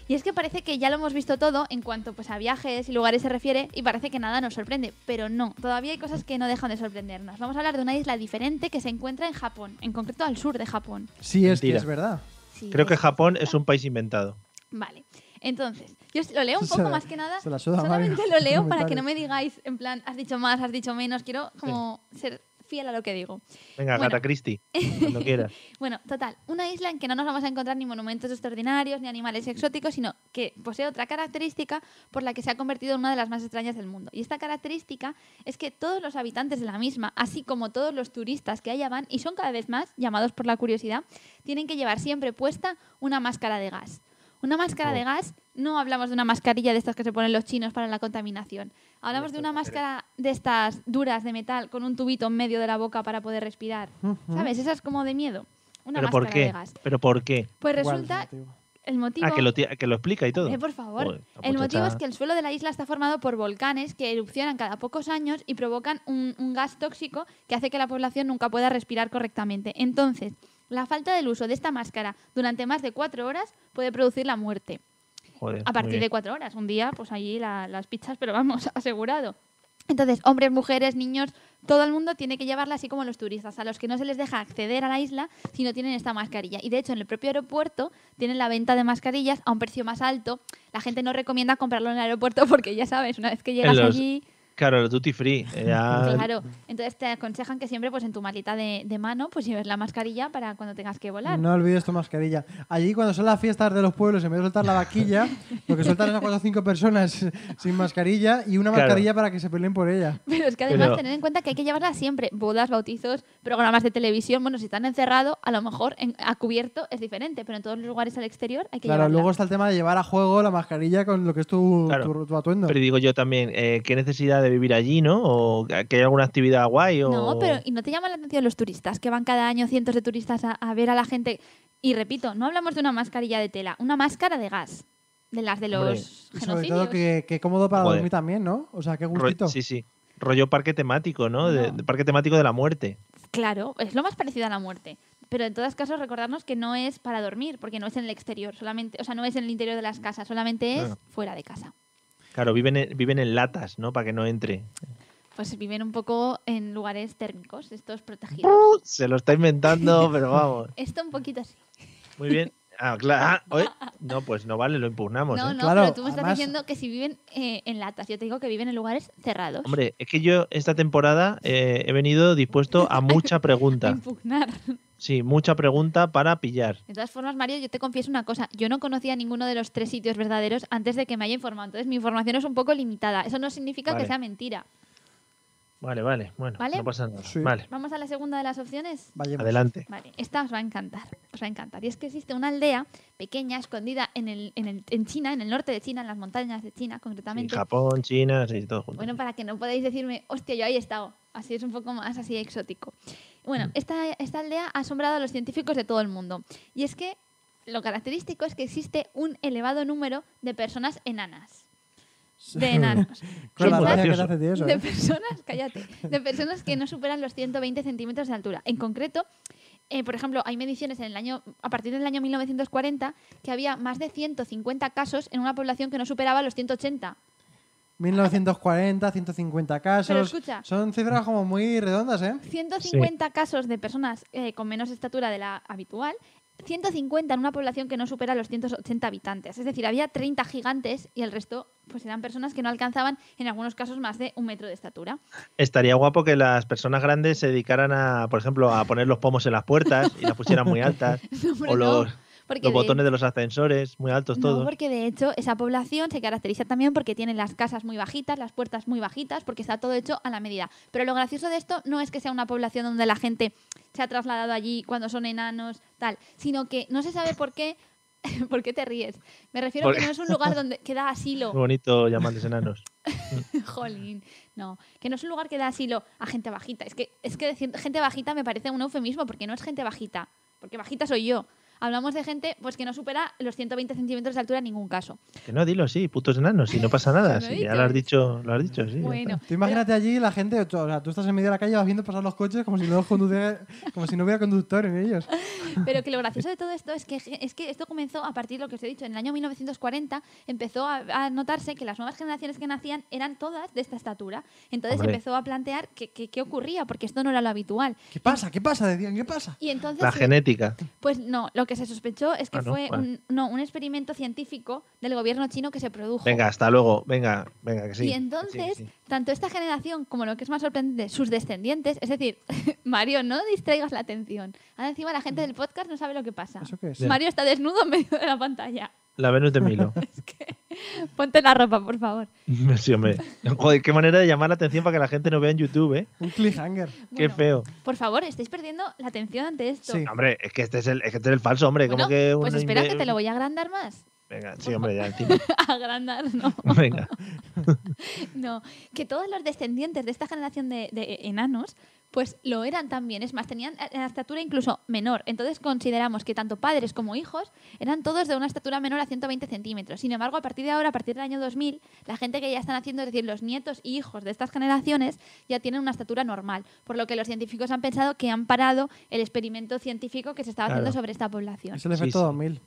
Speaker 3: Y es que parece que ya lo hemos visto todo en cuanto pues, a viajes y lugares se refiere y parece que nada nos sorprende, pero no, todavía hay cosas que no dejan de sorprendernos. Vamos a hablar de una isla diferente que se encuentra en Japón, en concreto al sur de Japón.
Speaker 2: sí es que
Speaker 1: Mentira.
Speaker 2: es verdad.
Speaker 3: Sí,
Speaker 1: Creo que
Speaker 3: es-
Speaker 1: Japón es un país inventado.
Speaker 3: Vale, entonces, yo os lo leo un
Speaker 2: Se
Speaker 3: poco
Speaker 2: la-
Speaker 3: más que nada,
Speaker 2: se la suda,
Speaker 3: solamente
Speaker 2: Mario,
Speaker 3: lo
Speaker 2: los
Speaker 3: leo para que
Speaker 2: comentarios.
Speaker 3: no me digáis, en plan, has dicho más, has dicho menos, quiero como ser fiel a lo que digo.
Speaker 1: Venga,
Speaker 3: Bueno.
Speaker 1: Gata Christie, cuando quieras.
Speaker 3: Bueno, total, una isla en que no nos vamos a encontrar ni monumentos extraordinarios ni animales exóticos, sino que posee otra característica por la que se ha convertido en una de las más extrañas del mundo. Y esta característica es que todos los habitantes de la misma, así como todos los turistas que allá van, y son cada vez más llamados por la curiosidad, tienen que llevar siempre puesta una máscara de gas. Una máscara de gas, no hablamos de una mascarilla de estas que se ponen los chinos para la contaminación. Hablamos de una máscara de estas duras de metal con un tubito en medio de la boca para poder respirar.
Speaker 2: Ujú.
Speaker 3: ¿Sabes? Esa es como de miedo. Una
Speaker 1: ¿Pero
Speaker 3: máscara
Speaker 1: por qué?
Speaker 3: de gas.
Speaker 1: ¿Pero por qué?
Speaker 3: Pues
Speaker 2: Igual,
Speaker 3: resulta
Speaker 2: es motivo.
Speaker 3: el motivo.
Speaker 1: Ah, que lo, ti- que lo explica y todo.
Speaker 3: Eh, por favor.
Speaker 1: Joder, esta
Speaker 3: el motivo es
Speaker 1: muchacha-
Speaker 3: que el suelo de la isla está formado por volcanes que erupcionan cada pocos años y provocan un, un gas tóxico que hace que la población nunca pueda respirar correctamente. Entonces, la falta del uso de esta máscara durante más de cuatro horas puede producir la muerte.
Speaker 1: Joder,
Speaker 3: A
Speaker 1: Pues muy
Speaker 3: partir
Speaker 1: bien.
Speaker 3: de cuatro horas. Un día, pues allí la- las pizzas, pero vamos, asegurado. Entonces, hombres, mujeres, niños, todo el mundo tiene que llevarla así como los turistas, a los que no se les deja acceder a la isla si no tienen esta mascarilla. Y de hecho, en el propio aeropuerto tienen la venta de mascarillas a un precio más alto. La gente no recomienda comprarlo en el aeropuerto porque ya sabes, una vez que llegas
Speaker 1: los-
Speaker 3: allí,
Speaker 1: Claro, el duty free. eh, ya-
Speaker 3: claro. Entonces te aconsejan que siempre pues en tu maleta de, de mano pues lleves la mascarilla para cuando tengas que volar.
Speaker 2: No olvides tu mascarilla. Allí cuando son las fiestas de los pueblos, en vez de soltar la vaquilla, lo que soltan es a cuatro o cinco personas sin mascarilla y una
Speaker 1: Claro.
Speaker 2: mascarilla para que se peleen por ella.
Speaker 3: Pero es que además
Speaker 1: Pero-
Speaker 3: tener en cuenta que hay que llevarla siempre. Bodas, bautizos, programas de televisión. Bueno, si están encerrados, a lo mejor en- a cubierto es diferente, pero en todos los lugares al exterior hay que
Speaker 2: Claro,
Speaker 3: llevarla.
Speaker 2: luego está el tema de llevar a juego la mascarilla con lo que es tu,
Speaker 1: Claro.
Speaker 2: tu- tu atuendo.
Speaker 1: Pero digo yo también, eh, ¿qué necesidad de vivir allí, no? ¿O que hay alguna actividad guay? O...
Speaker 3: No, pero ¿y no te llama la atención los turistas que van cada año cientos de turistas a, a ver a la gente? Y repito, no hablamos de una mascarilla de tela, una máscara de gas, de las de
Speaker 1: Hombre,
Speaker 3: los
Speaker 2: Y sobre
Speaker 3: genocidios.
Speaker 2: todo que, que cómodo para
Speaker 1: Joder.
Speaker 2: dormir también, ¿no? O sea, qué
Speaker 1: Ro-
Speaker 2: gustito.
Speaker 1: Sí, sí. Rollo parque temático, ¿no? De-
Speaker 3: No.
Speaker 1: de parque temático de la muerte.
Speaker 3: Claro, es lo más parecido a la muerte. Pero en todos casos recordarnos que no es para dormir, porque no es en el exterior, solamente, o sea, no es en el interior de las casas, solamente es
Speaker 1: Claro.
Speaker 3: fuera de casa.
Speaker 1: Claro, viven en, viven en latas, ¿no? Para que no entre.
Speaker 3: Pues viven un poco en lugares térmicos, estos protegidos.
Speaker 1: Se lo está inventando, pero vamos.
Speaker 3: Esto un poquito así.
Speaker 1: Muy bien. Ah, claro. Ah, oye, No, pues no vale, lo impugnamos.
Speaker 3: no,
Speaker 1: ¿eh?
Speaker 3: no,
Speaker 2: Claro,
Speaker 3: pero tú me estás
Speaker 2: además-
Speaker 3: diciendo que si viven eh, en latas, yo te digo que viven en lugares cerrados.
Speaker 1: Hombre, es que yo esta temporada eh, he venido dispuesto a mucha
Speaker 3: A
Speaker 1: pregunta.
Speaker 3: impugnar.
Speaker 1: Sí, mucha pregunta para pillar.
Speaker 3: De todas formas, Mario, yo te confieso una cosa. Yo no conocía ninguno de los tres sitios verdaderos antes de que me haya informado. Entonces, mi información es un poco limitada. Eso no significa
Speaker 1: Vale.
Speaker 3: que sea mentira.
Speaker 1: Vale, vale. Bueno,
Speaker 3: ¿Vale?
Speaker 1: no pasa nada.
Speaker 2: Sí.
Speaker 1: Vale,
Speaker 3: Vamos a la segunda de las opciones.
Speaker 2: Vayamos.
Speaker 1: adelante.
Speaker 3: Vale, esta os va a encantar, os va a encantar. Y es que existe una aldea pequeña, escondida en, el, en, el- en China, en el norte de China, en las montañas de China,
Speaker 1: Sí,
Speaker 3: concretamente.
Speaker 1: Japón, China, sí, todo junto.
Speaker 3: Bueno, para que no podáis decirme, hostia, yo ahí he estado. Así es un poco más así exótico. Bueno, esta, esta aldea ha asombrado a los científicos de todo el mundo. Y es que lo característico es que existe un elevado número de personas enanas. De enanos.
Speaker 2: Con la
Speaker 1: Qué
Speaker 2: magia que te
Speaker 1: gracioso.
Speaker 2: hace tío, eso,
Speaker 3: De
Speaker 2: ¿eh?
Speaker 3: personas, cállate, de personas que no superan los 120 centímetros de altura. En concreto, eh, por ejemplo, hay mediciones en el año, a partir del año 1940 que había más de 150 casos en una población que no superaba los 180.
Speaker 2: 1940, 150 casos.
Speaker 3: Pero escucha.
Speaker 2: Son cifras como muy redondas, ¿eh?
Speaker 3: 150 casos de personas eh, con menos estatura de la habitual 150 en una población que no supera los 180 habitantes. Es decir, había 30 gigantes y el resto pues eran personas que no alcanzaban en algunos casos más de un metro de estatura.
Speaker 1: Estaría guapo que las personas grandes se dedicaran a, por ejemplo, a poner los pomos en las puertas y las pusieran muy altas.
Speaker 3: No, hombre,
Speaker 1: o
Speaker 3: no,
Speaker 1: los,
Speaker 3: porque
Speaker 1: los
Speaker 3: de-
Speaker 1: botones de los ascensores, muy altos
Speaker 3: no,
Speaker 1: todos.
Speaker 3: porque de hecho esa población se caracteriza también porque tienen las casas muy bajitas, las puertas muy bajitas, porque está todo hecho a la medida. Pero lo gracioso de esto no es que sea una población donde la gente se ha trasladado allí cuando son enanos, tal, sino que no se sabe por qué. ¿Por qué te ríes? Me refiero a que
Speaker 1: Porque-
Speaker 3: no es un lugar donde que da asilo.
Speaker 1: Muy bonito llamarles enanos.
Speaker 3: Jolín, no, que no es un lugar que da asilo a gente bajita. Es que, es que decir gente bajita me parece un eufemismo porque no es gente bajita, porque bajita soy yo. Hablamos de gente pues que no supera los 120 centímetros de altura en ningún caso.
Speaker 1: Que no, dilo así, putos enanos, y no pasa nada.
Speaker 3: Se lo he
Speaker 1: si ya
Speaker 3: dicho.
Speaker 1: lo has dicho, lo has dicho, sí. ya
Speaker 3: Bueno,
Speaker 2: Tú imagínate allí la gente, o sea, tú estás en medio de la calle, vas viendo pasar los coches como si no, los conduciera- como si no hubiera conductor en ellos.
Speaker 3: pero que lo gracioso de todo esto es que, es que esto comenzó a partir de lo que os he dicho. En el año 1940 empezó a, a notarse que las nuevas generaciones que nacían eran todas de esta estatura. Entonces se
Speaker 1: Hombre.
Speaker 3: empezó a plantear que- que- qué ocurría, porque esto no era lo habitual.
Speaker 2: ¿Qué pasa? ¿Qué pasa? Decían, ¿qué pasa?
Speaker 3: Y entonces
Speaker 1: La
Speaker 3: se-
Speaker 1: genética.
Speaker 3: Pues no, lo que se sospechó es que
Speaker 1: Ah, no,
Speaker 3: fue
Speaker 1: vale.
Speaker 3: un, no, un experimento científico del gobierno chino que se produjo.
Speaker 1: Venga, hasta luego. Venga, venga, que sí.
Speaker 3: y
Speaker 1: que sí,
Speaker 3: entonces,
Speaker 1: que sí.
Speaker 3: tanto esta generación como lo que es más sorprendente, sus descendientes, es decir, Mario, no distraigas la atención. Ahora encima la
Speaker 1: Mm.
Speaker 3: gente del podcast no sabe lo que pasa.
Speaker 2: ¿Eso qué es?
Speaker 1: Ya.
Speaker 3: Mario está desnudo en medio de la pantalla.
Speaker 1: La Venus de Milo.
Speaker 3: Ponte la ropa, por favor.
Speaker 1: sí, hombre. Joder, qué manera de llamar la atención para que la gente no vea en YouTube, ¿eh?
Speaker 2: Un cliffhanger.
Speaker 1: Qué
Speaker 3: Bueno,
Speaker 1: feo.
Speaker 3: Por favor, estáis perdiendo la atención ante esto.
Speaker 2: Sí.
Speaker 1: No, Hombre, es que este es el, es que este es el falso, hombre.
Speaker 3: Bueno,
Speaker 1: como que
Speaker 3: pues
Speaker 1: un
Speaker 3: espera que
Speaker 1: inve-
Speaker 3: te lo voy a agrandar más.
Speaker 1: Venga, sí, hombre, ya encima.
Speaker 3: Agrandar, no.
Speaker 1: Venga.
Speaker 3: No, que todos los descendientes de esta generación de, de enanos, pues lo eran también. Es más, tenían eh, la estatura incluso menor. Entonces consideramos que tanto padres como hijos eran todos de una estatura menor a 120 centímetros. Sin embargo, a partir de ahora, a partir del año 2000, la gente que ya están haciendo, es decir, los nietos y hijos de estas generaciones, ya tienen una estatura normal. Por lo que los científicos han pensado que han parado el experimento científico que se estaba haciendo
Speaker 1: Claro.
Speaker 3: sobre esta población.
Speaker 2: Es el
Speaker 1: Sí,
Speaker 2: efecto
Speaker 1: sí.
Speaker 2: 2000.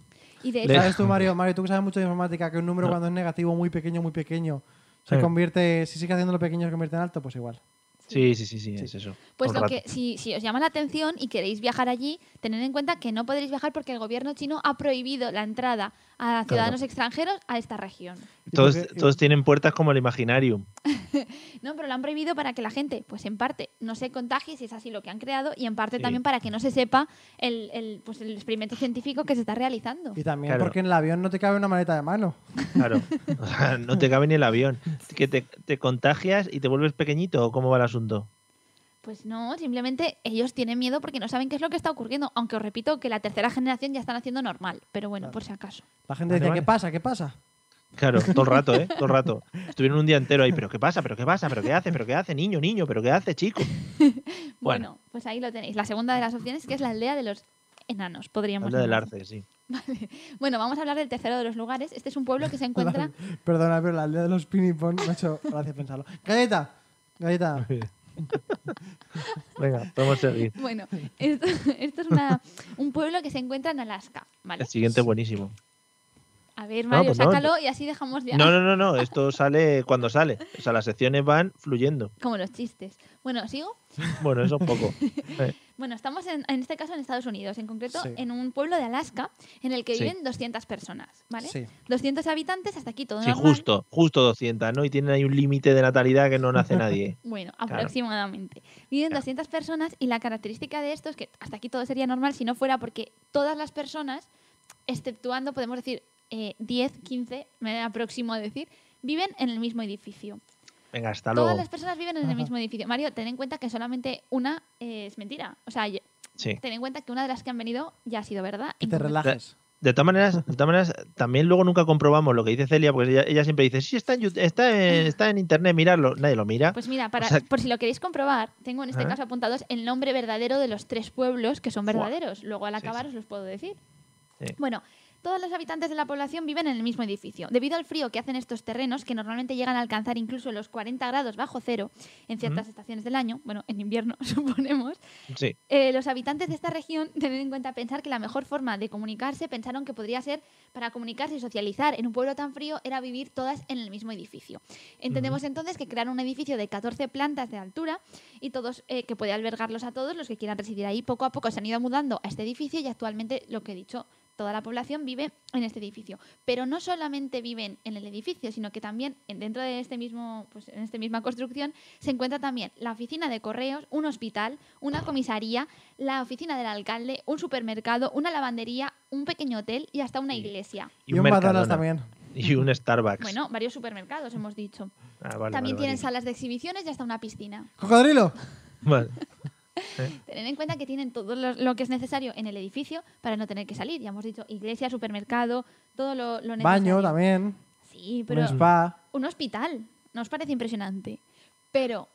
Speaker 3: Y de
Speaker 1: Le-
Speaker 3: hecho,
Speaker 2: ¿Sabes tú, Mario? Mario, tú que sabes mucho de informática, que un número
Speaker 1: No.
Speaker 2: cuando es negativo, muy pequeño, muy pequeño, se
Speaker 1: Sí.
Speaker 2: convierte, si sigue haciéndolo pequeño, se convierte en alto, pues igual.
Speaker 1: Sí, sí, sí, sí, es eso.
Speaker 3: Pues
Speaker 1: Un
Speaker 3: lo
Speaker 1: rato.
Speaker 3: que, si, si os llama la atención y queréis viajar allí, tened en cuenta que no podréis viajar porque el gobierno chino ha prohibido la entrada a ciudadanos extranjeros a esta región.
Speaker 1: Todos,
Speaker 2: porque-
Speaker 1: todos tienen puertas como el Imaginarium.
Speaker 3: No, pero lo han prohibido para que la gente, pues en parte, no se contagie, si es así lo que han creado, y en parte
Speaker 1: Sí.
Speaker 3: también para que no se sepa el, el, pues, el experimento científico que se está realizando.
Speaker 2: Y también
Speaker 1: Claro.
Speaker 2: porque en el avión no te cabe una maleta de mano.
Speaker 1: Claro. O sea, no te cabe ni el avión. Que te, te contagias y te vuelves pequeñito. ¿o ¿Cómo va el asunto?
Speaker 3: Pues no, simplemente ellos tienen miedo porque no saben qué es lo que está ocurriendo, aunque os repito que la tercera generación ya están haciendo normal, pero bueno,
Speaker 2: Claro.
Speaker 3: por si acaso.
Speaker 2: La gente
Speaker 1: Vale,
Speaker 2: decía,
Speaker 1: vale.
Speaker 2: ¿qué pasa? ¿Qué pasa?
Speaker 1: Claro, todo el rato, ¿eh? Todo el rato. Estuvieron un día entero ahí, pero ¿qué pasa? ¿Pero qué pasa? ¿Pero qué hace? ¿Pero qué hace? Niño, niño, ¿pero qué hace, chico?
Speaker 3: Bueno,
Speaker 1: Bueno,
Speaker 3: pues ahí lo tenéis. La segunda de las opciones que es la aldea de los enanos, podríamos
Speaker 1: habla del
Speaker 3: llamarlo.
Speaker 1: arce, sí.
Speaker 3: Bueno, vamos a hablar del tercero de los lugares. Este es un pueblo que se encuentra.
Speaker 2: Perdona, pero la aldea de los pinipón me ha hecho gracia pensarlo. ¡Galleta! ¡Galleta!
Speaker 1: Venga, podemos seguir.
Speaker 3: Bueno, esto, esto es una- un pueblo que se encuentra en Alaska, ¿vale?
Speaker 1: El siguiente es buenísimo.
Speaker 3: A ver,
Speaker 1: No,
Speaker 3: Mario,
Speaker 1: pues no,
Speaker 3: sácalo y así dejamos ya.
Speaker 1: No, no, no, no. Esto sale cuando sale. O sea, las secciones van fluyendo.
Speaker 3: Como los chistes. Bueno, ¿sigo?
Speaker 1: Bueno, eso un poco. Eh,
Speaker 3: Bueno, estamos en, en este caso en Estados Unidos, en concreto
Speaker 2: Sí.
Speaker 3: en un pueblo de Alaska en el que
Speaker 1: Sí.
Speaker 3: viven 200 personas, ¿vale?
Speaker 2: Sí.
Speaker 3: 200 habitantes, hasta aquí todo
Speaker 1: Sí,
Speaker 3: normal.
Speaker 1: justo, justo 200, ¿no? Y tienen ahí un límite de natalidad que no nace nadie.
Speaker 3: Bueno,
Speaker 1: Claro.
Speaker 3: aproximadamente. Viven
Speaker 1: Claro.
Speaker 3: 200 personas y la característica de esto es que hasta aquí todo sería normal si no fuera porque todas las personas, exceptuando, podemos decir, eh, 10, 15, me aproximo a decir, viven en el mismo edificio.
Speaker 1: Venga, hasta
Speaker 3: Todas
Speaker 1: luego.
Speaker 3: las personas viven en el
Speaker 2: Ajá.
Speaker 3: mismo edificio. Mario, ten en cuenta que solamente una eh, es mentira. O sea, ye-
Speaker 1: Sí. Este
Speaker 3: ten en cuenta que una de las que han venido ya ha sido verdad.
Speaker 2: Que
Speaker 3: En
Speaker 2: te
Speaker 3: concreto-
Speaker 2: relajes.
Speaker 1: De todas maneras, de todas maneras, también luego nunca comprobamos lo que dice Celia, porque ella, ella siempre dice, sí, está en, Yout- está en, está en internet, mirarlo. Nadie lo mira.
Speaker 3: Pues mira, para,
Speaker 1: O sea-
Speaker 3: por si lo queréis comprobar, tengo en este
Speaker 1: Ajá.
Speaker 3: caso apuntados el nombre verdadero de los tres pueblos que son
Speaker 1: Buah.
Speaker 3: verdaderos. Luego al
Speaker 1: Sí,
Speaker 3: acabar
Speaker 1: sí.
Speaker 3: os los puedo decir.
Speaker 1: Sí.
Speaker 3: Bueno, Todos los habitantes de la población viven en el mismo edificio. Debido al frío que hacen estos terrenos, que normalmente llegan a alcanzar incluso los 40 grados bajo cero en ciertas estaciones del año, bueno, en invierno suponemos,
Speaker 1: Sí.
Speaker 3: eh, los habitantes de esta región tienen en cuenta pensar que la mejor forma de comunicarse pensaron que podría ser para comunicarse y socializar en un pueblo tan frío era vivir todas en el mismo edificio. Entendemos entonces que crearon un edificio de 14 plantas de altura y todos eh, que puede albergarlos a todos los que quieran residir ahí. Poco a poco se han ido mudando a este edificio y actualmente lo que he dicho toda la población vive en este edificio. Pero no solamente viven en el edificio, sino que también en- dentro de este mismo, pues, en esta misma construcción se encuentra también la oficina de correos, un hospital, una comisaría, la oficina del alcalde, un supermercado, una lavandería, un pequeño hotel y hasta una
Speaker 1: Y-
Speaker 3: iglesia.
Speaker 2: Y, un
Speaker 1: Mercadona.
Speaker 2: McDonald's también.
Speaker 1: Y un Starbucks.
Speaker 3: Bueno, varios supermercados hemos dicho.
Speaker 1: Ah, vale,
Speaker 3: también
Speaker 1: vale,
Speaker 3: tienen salas de exhibiciones y hasta una piscina.
Speaker 2: ¡Cocodrilo!
Speaker 1: vale. Vale.
Speaker 3: Tener en cuenta que tienen todo lo, lo que es necesario en el edificio para no tener que salir. Ya hemos dicho iglesia, supermercado, todo lo, lo necesario.
Speaker 2: Baño también.
Speaker 3: Sí, pero
Speaker 2: Un spa.
Speaker 3: un hospital. ¿No os parece impresionante? Pero...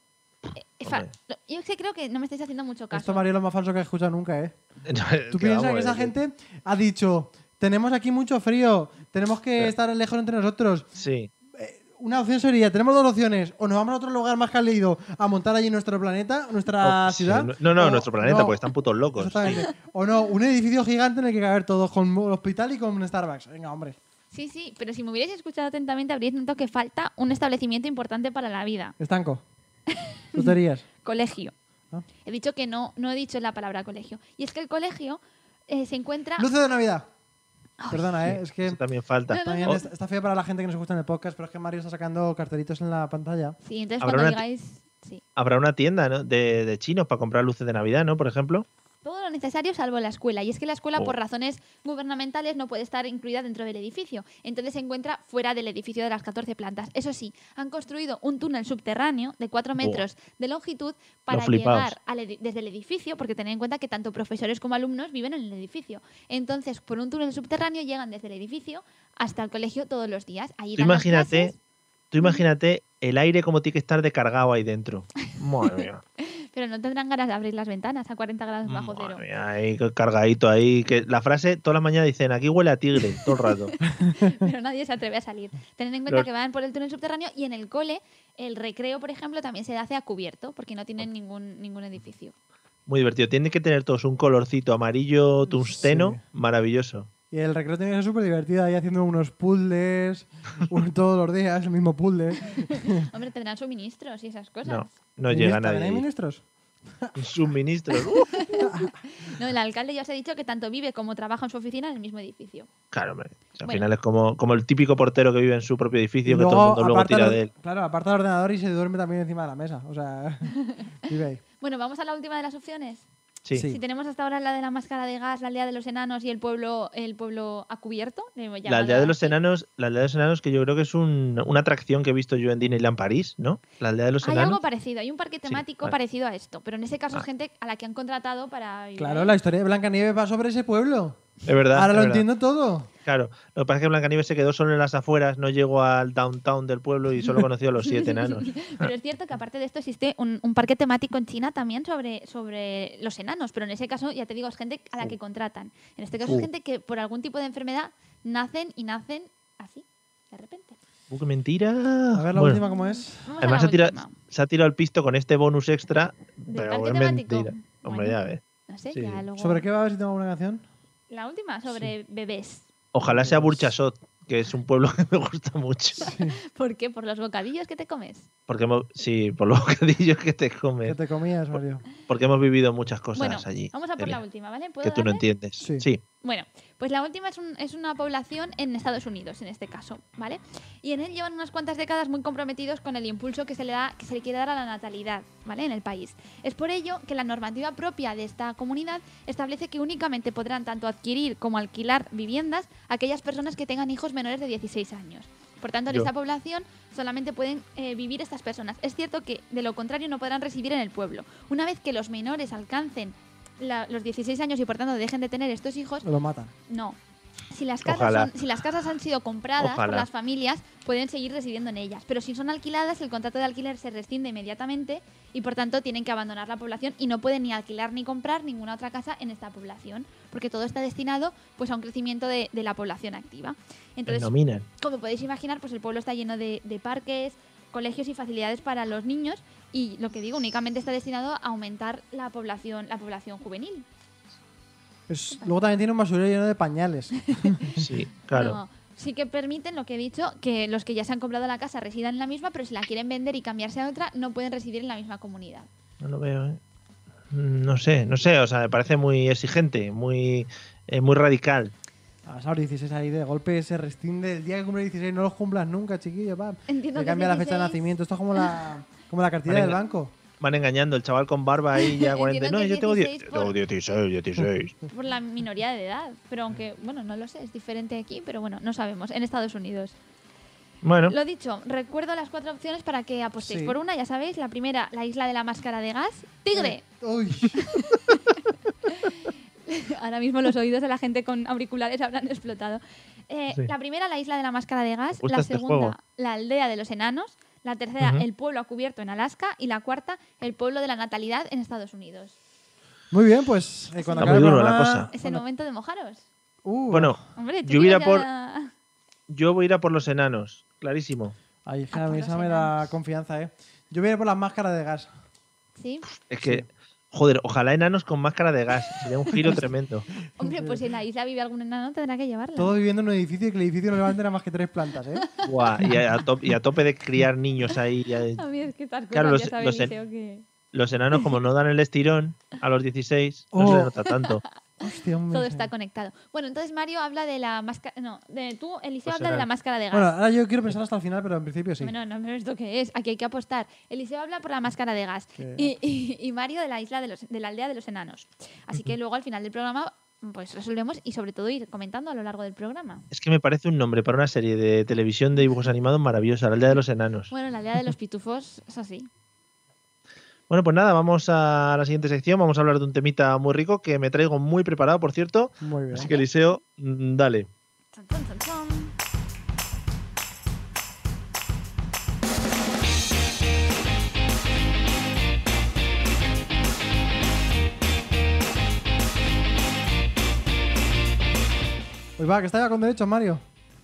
Speaker 3: eh, fa-
Speaker 1: Hombre.
Speaker 3: lo- yo es que creo que no me estáis haciendo mucho caso.
Speaker 2: Esto, Mario, es lo más falso que he escuchado nunca, ¿eh?
Speaker 1: No,
Speaker 2: ¿Tú
Speaker 1: que
Speaker 2: piensas
Speaker 1: vamos,
Speaker 2: que esa
Speaker 1: eh,
Speaker 2: gente ha dicho, tenemos aquí mucho frío, tenemos que
Speaker 1: Claro.
Speaker 2: estar lejos entre nosotros?
Speaker 1: Sí.
Speaker 2: Una opción sería, tenemos dos opciones, o nos vamos a otro lugar más cálido a montar allí nuestro planeta, nuestra
Speaker 1: Oh, sí,
Speaker 2: ciudad.
Speaker 1: No, no,
Speaker 2: o-
Speaker 1: nuestro planeta, pues, porque están putos locos.
Speaker 2: Exactamente. O no, un edificio gigante en el que caber todos, con un hospital y con un Starbucks. Venga, hombre.
Speaker 3: Sí, sí, pero si me hubierais escuchado atentamente habríais notado que falta un establecimiento importante para la vida.
Speaker 2: Estanco. Tonterías.
Speaker 3: Colegio.
Speaker 2: Ah.
Speaker 3: He dicho que no, no he dicho la palabra colegio. Y es que el colegio eh, se encuentra...
Speaker 2: Luces de Navidad.
Speaker 3: Ay,
Speaker 2: Perdona, ¿eh? Es que
Speaker 1: Eso también falta.
Speaker 3: No, no,
Speaker 2: también
Speaker 1: Oh,
Speaker 2: está, está feo para la gente que nos escucha en el podcast, pero es que Mario está sacando cartelitos en la pantalla.
Speaker 3: Sí, entonces
Speaker 1: Habrá
Speaker 3: cuando
Speaker 1: una-
Speaker 3: digáis... Sí.
Speaker 1: Habrá una tienda ¿no? de, de chinos para comprar luces de Navidad, ¿no? Por ejemplo.
Speaker 3: Todo lo necesario salvo la escuela. Y es que la escuela,
Speaker 1: Oh.
Speaker 3: por razones gubernamentales, no puede estar incluida dentro del edificio. Entonces se encuentra fuera del edificio de las 14 plantas. Eso sí, han construido un túnel subterráneo de 4 metros de longitud para
Speaker 1: Oh. flipaos.
Speaker 3: llegar al edi- desde el edificio, porque tened en cuenta que tanto profesores como alumnos viven en el edificio. Entonces, por un túnel subterráneo llegan desde el edificio hasta el colegio todos los días. Ahí
Speaker 1: Tú
Speaker 3: dan las
Speaker 1: imagínate,
Speaker 3: clases,
Speaker 1: tú imagínate el aire como tiene que estar descargado ahí dentro. Madre mía.
Speaker 3: pero no tendrán ganas de abrir las ventanas a 40 grados bajo
Speaker 1: Madre
Speaker 3: cero.
Speaker 1: mía, ahí cargadito ahí. Que la frase, toda la mañana dicen, aquí huele a tigre, todo el rato.
Speaker 3: pero nadie se atreve a salir. Tened en cuenta
Speaker 1: Los-
Speaker 3: que van por el túnel subterráneo y en el cole, el recreo, por ejemplo, también se hace a cubierto, porque no tienen ningún, ningún edificio.
Speaker 1: Muy divertido. Tienen que tener todos un colorcito amarillo tungsteno,
Speaker 2: Sí.
Speaker 1: maravilloso.
Speaker 2: Y el recreo tenía que ser súper divertido ahí haciendo unos puzzles, un- todos los días, el mismo puzzle.
Speaker 3: Hombre, tendrán suministros y esas cosas.
Speaker 1: No, no
Speaker 2: Ministro,
Speaker 1: llega nadie.
Speaker 2: ¿Hay
Speaker 1: ahí.
Speaker 2: ministros?
Speaker 1: Suministros. ¡uh!
Speaker 3: No, el alcalde ya os he dicho que tanto vive como trabaja en su oficina en el mismo edificio.
Speaker 1: Claro, hombre. Si al
Speaker 3: Bueno.
Speaker 1: final es como, como el típico portero que vive en su propio edificio, que todo el mundo luego
Speaker 2: aparta
Speaker 1: tira
Speaker 2: el-
Speaker 1: de él.
Speaker 2: Claro, aparta el ordenador y se duerme también encima de la mesa. O sea, vive ahí.
Speaker 3: Bueno, vamos a la última de las opciones.
Speaker 1: Sí.
Speaker 2: Sí.
Speaker 3: Si tenemos hasta ahora la de la máscara de gas, la aldea de los enanos y el pueblo, el pueblo a cubierto. le hemos
Speaker 1: La
Speaker 3: llamado
Speaker 1: aldea de los
Speaker 3: así.
Speaker 1: enanos, la aldea de los enanos, que yo creo que es un- una atracción que he visto yo en Disneyland París, ¿no? La aldea de los
Speaker 3: Hay
Speaker 1: enanos.
Speaker 3: algo parecido, hay un parque temático
Speaker 1: vale.
Speaker 3: parecido a esto, pero en ese caso
Speaker 1: Ah.
Speaker 3: es gente a la que han contratado para vivir
Speaker 2: Claro,
Speaker 3: ahí.
Speaker 2: la historia de Blancanieves va sobre ese pueblo.
Speaker 1: Es verdad.
Speaker 2: Ahora
Speaker 1: es
Speaker 2: lo
Speaker 1: verdad.
Speaker 2: entiendo todo.
Speaker 1: Claro. Lo que pasa es que Blancanieves se quedó solo en las afueras, no llegó al downtown del pueblo y solo conoció a los siete enanos.
Speaker 3: Pero es cierto que aparte de esto existe un, un parque temático en China también sobre, sobre los enanos, pero en ese caso, ya te digo, es gente a la que contratan. En este caso
Speaker 1: Uh.
Speaker 3: es gente que por algún tipo de enfermedad nacen y nacen así, de repente.
Speaker 1: Uh, ¡Qué mentira!
Speaker 2: A ver la
Speaker 1: Bueno,
Speaker 2: última cómo es.
Speaker 3: Vamos
Speaker 1: Además se
Speaker 3: a
Speaker 1: ha,
Speaker 3: la
Speaker 1: tirado,
Speaker 3: última.
Speaker 1: se ha tirado el pisto con este bonus extra, pero
Speaker 3: parque
Speaker 1: es
Speaker 3: temático?
Speaker 1: mentira. Hombre,
Speaker 3: Bueno.
Speaker 1: ya ves.
Speaker 3: No sé,
Speaker 1: Sí.
Speaker 3: ya luego-
Speaker 2: ¿Sobre qué va a ver si tengo alguna canción?
Speaker 3: La última, sobre bebés.
Speaker 1: Ojalá sea
Speaker 2: Pues-
Speaker 1: Burchasot, que es un pueblo que me gusta mucho.
Speaker 3: ¿Por qué? Por los bocadillos que te comes.
Speaker 1: Porque hemos, sí, por los bocadillos que te
Speaker 2: Que
Speaker 1: comes.
Speaker 2: te comías, Mario.
Speaker 1: Porque hemos vivido muchas cosas
Speaker 3: Bueno,
Speaker 1: allí.
Speaker 3: vamos a por la
Speaker 1: Elena,
Speaker 3: última, ¿vale? ¿Puedo
Speaker 1: Que tú no
Speaker 3: darle?
Speaker 1: entiendes.
Speaker 2: Sí.
Speaker 1: sí.
Speaker 3: Bueno, pues la última es, un- es una población en Estados Unidos, en este caso, ¿vale? Y en él llevan unas cuantas décadas muy comprometidos con el impulso que se le da, que se le quiere dar a la natalidad, ¿vale? En el país. Es por ello que la normativa propia de esta comunidad establece que únicamente podrán tanto adquirir como alquilar viviendas aquellas personas que tengan hijos menores de 16 años. Por tanto, en
Speaker 1: Yo.
Speaker 3: esta población solamente pueden eh, vivir estas personas. Es cierto que de lo contrario no podrán residir en el pueblo. Una vez que los menores alcancen la- los 16 años y por tanto dejen de tener estos hijos,
Speaker 2: Lo matan.
Speaker 3: no. Si las, casas
Speaker 1: Ojalá.
Speaker 3: son- si las casas han sido compradas por
Speaker 1: Ojalá.
Speaker 3: las familias, pueden seguir residiendo en ellas. Pero si son alquiladas, el contrato de alquiler se rescinde inmediatamente y por tanto tienen que abandonar la población y no pueden ni alquilar ni comprar ninguna otra casa en esta población. porque todo está destinado pues, a un crecimiento de, de la población activa. Entonces,
Speaker 1: Denominan.
Speaker 3: como podéis imaginar, pues el pueblo está lleno de, de parques, colegios y facilidades para los niños y lo que digo, únicamente está destinado a aumentar la población, la población juvenil.
Speaker 2: Es- luego también tiene un basurero lleno de pañales.
Speaker 1: Sí, claro.
Speaker 3: No, sí que permiten, lo que he dicho, que los que ya se han comprado la casa residan en la misma, pero si la quieren vender y cambiarse a otra, no pueden residir en la misma comunidad.
Speaker 1: No lo veo, ¿eh? Mm, No sé, no sé, o sea, me parece muy exigente, muy, eh, muy radical.
Speaker 2: A ver, ahora 16 ahí de golpe se restinde el día que cumple 16. No los cumplas nunca, chiquillo. pam.
Speaker 3: Entiendo
Speaker 2: Te
Speaker 3: que
Speaker 2: cambia la fecha de
Speaker 3: 16.
Speaker 2: nacimiento. Esto es como la, como la cartilla
Speaker 1: Vale,
Speaker 2: del
Speaker 1: la-
Speaker 2: banco.
Speaker 1: Van engañando el chaval con barba ahí ya 40.
Speaker 3: Entiendo
Speaker 1: No,
Speaker 3: que
Speaker 1: yo tengo
Speaker 3: 16
Speaker 1: die-
Speaker 3: por-
Speaker 1: tengo 16, 16.
Speaker 3: Por la minoría de edad, pero aunque, bueno, no lo sé, es diferente aquí, pero bueno, no sabemos, en Estados Unidos.
Speaker 1: Bueno,
Speaker 3: Lo dicho, recuerdo las cuatro opciones para que apostéis
Speaker 2: Sí.
Speaker 3: por una, ya sabéis, la primera, la isla de la máscara de gas, tigre.
Speaker 2: Uy,
Speaker 3: Ahora mismo los oídos de la gente con auriculares habrán explotado. Eh,
Speaker 1: Sí.
Speaker 3: La primera, la isla de la máscara de gas.
Speaker 1: Me gusta
Speaker 3: La
Speaker 1: este
Speaker 3: segunda,
Speaker 1: juego.
Speaker 3: la aldea de los enanos. La tercera,
Speaker 1: Ujú.
Speaker 3: el pueblo a cubierto en Alaska. Y la cuarta, el pueblo de la natalidad en Estados Unidos.
Speaker 2: Muy bien, pues eh,
Speaker 1: Está muy
Speaker 2: cuando acabe el
Speaker 1: duro la
Speaker 2: programa-
Speaker 1: cosa.
Speaker 3: Es el momento de mojaros.
Speaker 2: Uh,
Speaker 1: bueno,
Speaker 3: Hombre, tú
Speaker 1: Yo hubiera
Speaker 3: ya-
Speaker 1: por- yo voy a ir a por los enanos, clarísimo.
Speaker 2: Ahí,
Speaker 3: Ah, por
Speaker 2: Javi, esa
Speaker 3: los
Speaker 2: me da
Speaker 3: enanos.
Speaker 2: confianza, ¿eh? Yo voy a ir por las máscaras de gas.
Speaker 3: Sí.
Speaker 1: Es que, joder, ojalá enanos con máscara de gas, sería un giro tremendo.
Speaker 3: Hombre, pues si en la isla vive algún enano, tendrá que llevarla.
Speaker 2: Todo viviendo en un edificio y que el edificio no levante nada más que tres plantas, ¿eh?
Speaker 1: Buah, y, a top- y a tope de criar niños ahí. ya-
Speaker 3: A mí es que estas cosas
Speaker 1: Claro, los-
Speaker 3: ya sabéis,
Speaker 1: los en-
Speaker 3: Eliseo, que
Speaker 1: Los enanos, como no dan el estirón a los 16, no se
Speaker 2: Oh.
Speaker 1: les nota tanto.
Speaker 2: Hostia, hombre.
Speaker 3: todo está conectado. Bueno, entonces Mario habla de la máscara... No, de tú, Eliseo,
Speaker 1: Pues
Speaker 3: habla de
Speaker 1: era-
Speaker 3: la máscara de gas.
Speaker 2: Bueno, ahora yo quiero pensar hasta el final, pero en principio sí.
Speaker 3: Bueno, no, pero esto qué es. Aquí hay que apostar. Eliseo habla por la máscara de gas
Speaker 2: Qué
Speaker 3: y, y- y Mario de la isla de, los- de la aldea de los enanos. Así que luego al final del programa pues resolvemos y sobre todo ir comentando a lo largo del programa.
Speaker 1: Es que me parece un nombre para una serie de televisión de dibujos animados maravillosa, la aldea de los enanos.
Speaker 3: Bueno, la aldea de los pitufos es así.
Speaker 1: Bueno, pues nada, vamos a la siguiente sección. Vamos a hablar de un temita muy rico que me traigo muy preparado, por cierto.
Speaker 2: Muy bien.
Speaker 1: Así que, Eliseo, mm, dale.
Speaker 3: Chon, chon, chon, chon.
Speaker 2: Pues va, que estaba con derechos, Mario.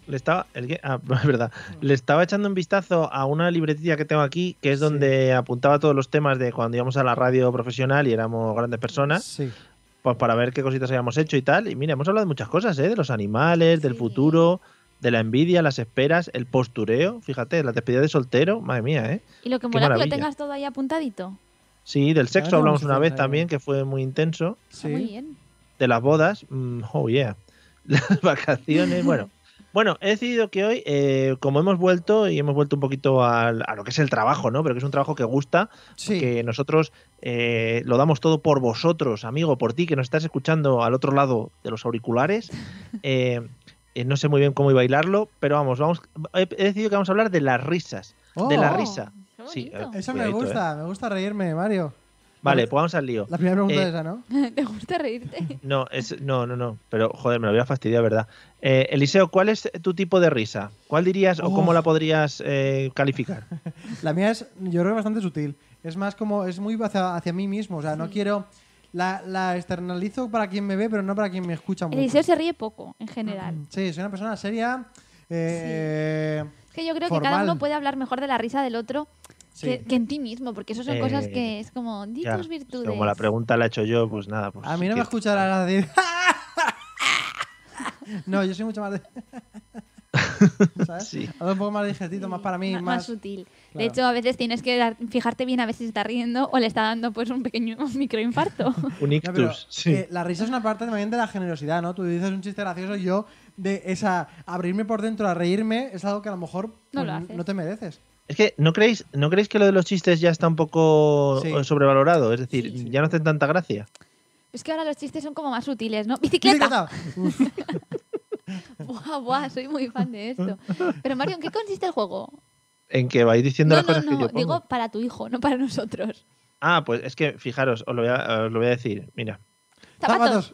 Speaker 1: Le estaba, el que- ah, es verdad. Le estaba echando un vistazo a una libretilla que tengo aquí, que es
Speaker 2: Sí.
Speaker 1: donde apuntaba todos los temas de cuando íbamos a la radio profesional y éramos grandes personas,
Speaker 2: Sí.
Speaker 1: pues para ver qué cositas habíamos hecho y tal. Y mira, hemos hablado de muchas cosas, ¿eh? De los animales, del
Speaker 3: Sí.
Speaker 1: futuro, de la envidia, las esperas, el postureo, fíjate, la despedida de soltero, madre mía, ¿eh?
Speaker 3: Y lo
Speaker 1: Qué
Speaker 3: que mola es que lo
Speaker 1: maravilla.
Speaker 3: tengas todo ahí apuntadito.
Speaker 1: Sí, del sexo
Speaker 2: Ahora
Speaker 1: hablamos
Speaker 2: vamos a
Speaker 1: una vez
Speaker 2: centrar
Speaker 1: también,
Speaker 2: en-
Speaker 1: que fue muy intenso.
Speaker 3: Está
Speaker 2: Sí.
Speaker 3: Muy bien.
Speaker 1: De las bodas, mm, oh yeah. Las vacaciones, bueno. Bueno, he decidido que hoy, eh, como hemos vuelto y hemos vuelto un poquito al- a lo que es el trabajo, ¿no? Pero que es un trabajo que gusta,
Speaker 2: Sí.
Speaker 1: que nosotros eh, lo damos todo por vosotros, amigo, por ti que nos estás escuchando al otro lado de los auriculares. Eh, eh, no sé muy bien cómo iba a bailarlo, pero vamos, vamos. He, he decidido que vamos a hablar de las risas. de la
Speaker 2: Oh,
Speaker 1: risa.
Speaker 3: qué
Speaker 1: Sí,
Speaker 3: bonito.
Speaker 1: eh,
Speaker 2: Eso me
Speaker 1: Cuidadito,
Speaker 2: gusta, me gusta reírme, Mario.
Speaker 1: Vale, pues vamos al lío.
Speaker 2: La primera pregunta
Speaker 1: Eh,
Speaker 2: es esa, ¿no?
Speaker 3: ¿Te gusta reírte?
Speaker 1: No, es, no, no, no. Pero joder, me lo hubiera fastidiado, ¿verdad? Eh, Eliseo, ¿cuál es tu tipo de risa? ¿Cuál dirías o
Speaker 2: Oh.
Speaker 1: cómo la podrías eh, calificar?
Speaker 2: La mía es, yo creo que bastante sutil. Es más como, es muy hacia, hacia mí mismo. O sea,
Speaker 3: Mm.
Speaker 2: no quiero. La, la externalizo para quien me ve, pero no para quien me escucha mucho.
Speaker 3: Eliseo se ríe poco, en general.
Speaker 2: Sí, soy una persona seria. eh,
Speaker 3: Es que yo creo que cada
Speaker 2: Formal.
Speaker 3: uno puede hablar mejor de la risa del otro
Speaker 2: sí.
Speaker 3: que, que en ti mismo, porque eso son cosas
Speaker 1: Eh,
Speaker 3: que es como, di
Speaker 1: Ya,
Speaker 3: tus virtudes.
Speaker 1: Como la pregunta la he hecho yo, pues nada. Pues,
Speaker 2: A mí
Speaker 1: sí
Speaker 2: no me
Speaker 1: que-
Speaker 2: escuchará nadie. no, yo soy mucho más de. ¿Sabes?
Speaker 1: Sí.
Speaker 2: Algo un poco más digertito, más para mí,
Speaker 3: Mm, Ma-
Speaker 2: más.
Speaker 3: más sutil. De
Speaker 2: claro.
Speaker 3: hecho, a veces tienes que dar- fijarte bien a ver si se está riendo o le está dando pues un pequeño microinfarto.
Speaker 1: Un
Speaker 2: No, pero,
Speaker 1: ictus, sí.
Speaker 2: eh, la risa es una parte también de la generosidad, ¿no? Tú dices un chiste gracioso, yo de esa abrirme por dentro a reírme es algo que a lo mejor
Speaker 3: No
Speaker 2: pues,
Speaker 3: lo haces.
Speaker 2: te mereces.
Speaker 1: Es que, ¿no creéis, ¿no creéis que lo de los chistes ya está un poco
Speaker 2: Sí.
Speaker 1: eh, sobrevalorado? Es decir,
Speaker 2: Sí, sí.
Speaker 1: ya no hacen tanta gracia.
Speaker 3: es que ahora los chistes son como más sutiles, ¿no? ¡Bicicleta! ¡Buah, buah! Soy muy fan de esto. Pero Mario, ¿en qué consiste el juego?
Speaker 1: En que vais diciendo
Speaker 3: no,
Speaker 1: las
Speaker 3: no,
Speaker 1: cosas
Speaker 3: no.
Speaker 1: que yo pongo.
Speaker 3: Digo para tu hijo, no para nosotros.
Speaker 1: Ah, pues es que, fijaros, os lo voy a, os lo voy a decir. Mira. Ah,
Speaker 3: ¡Zapatos!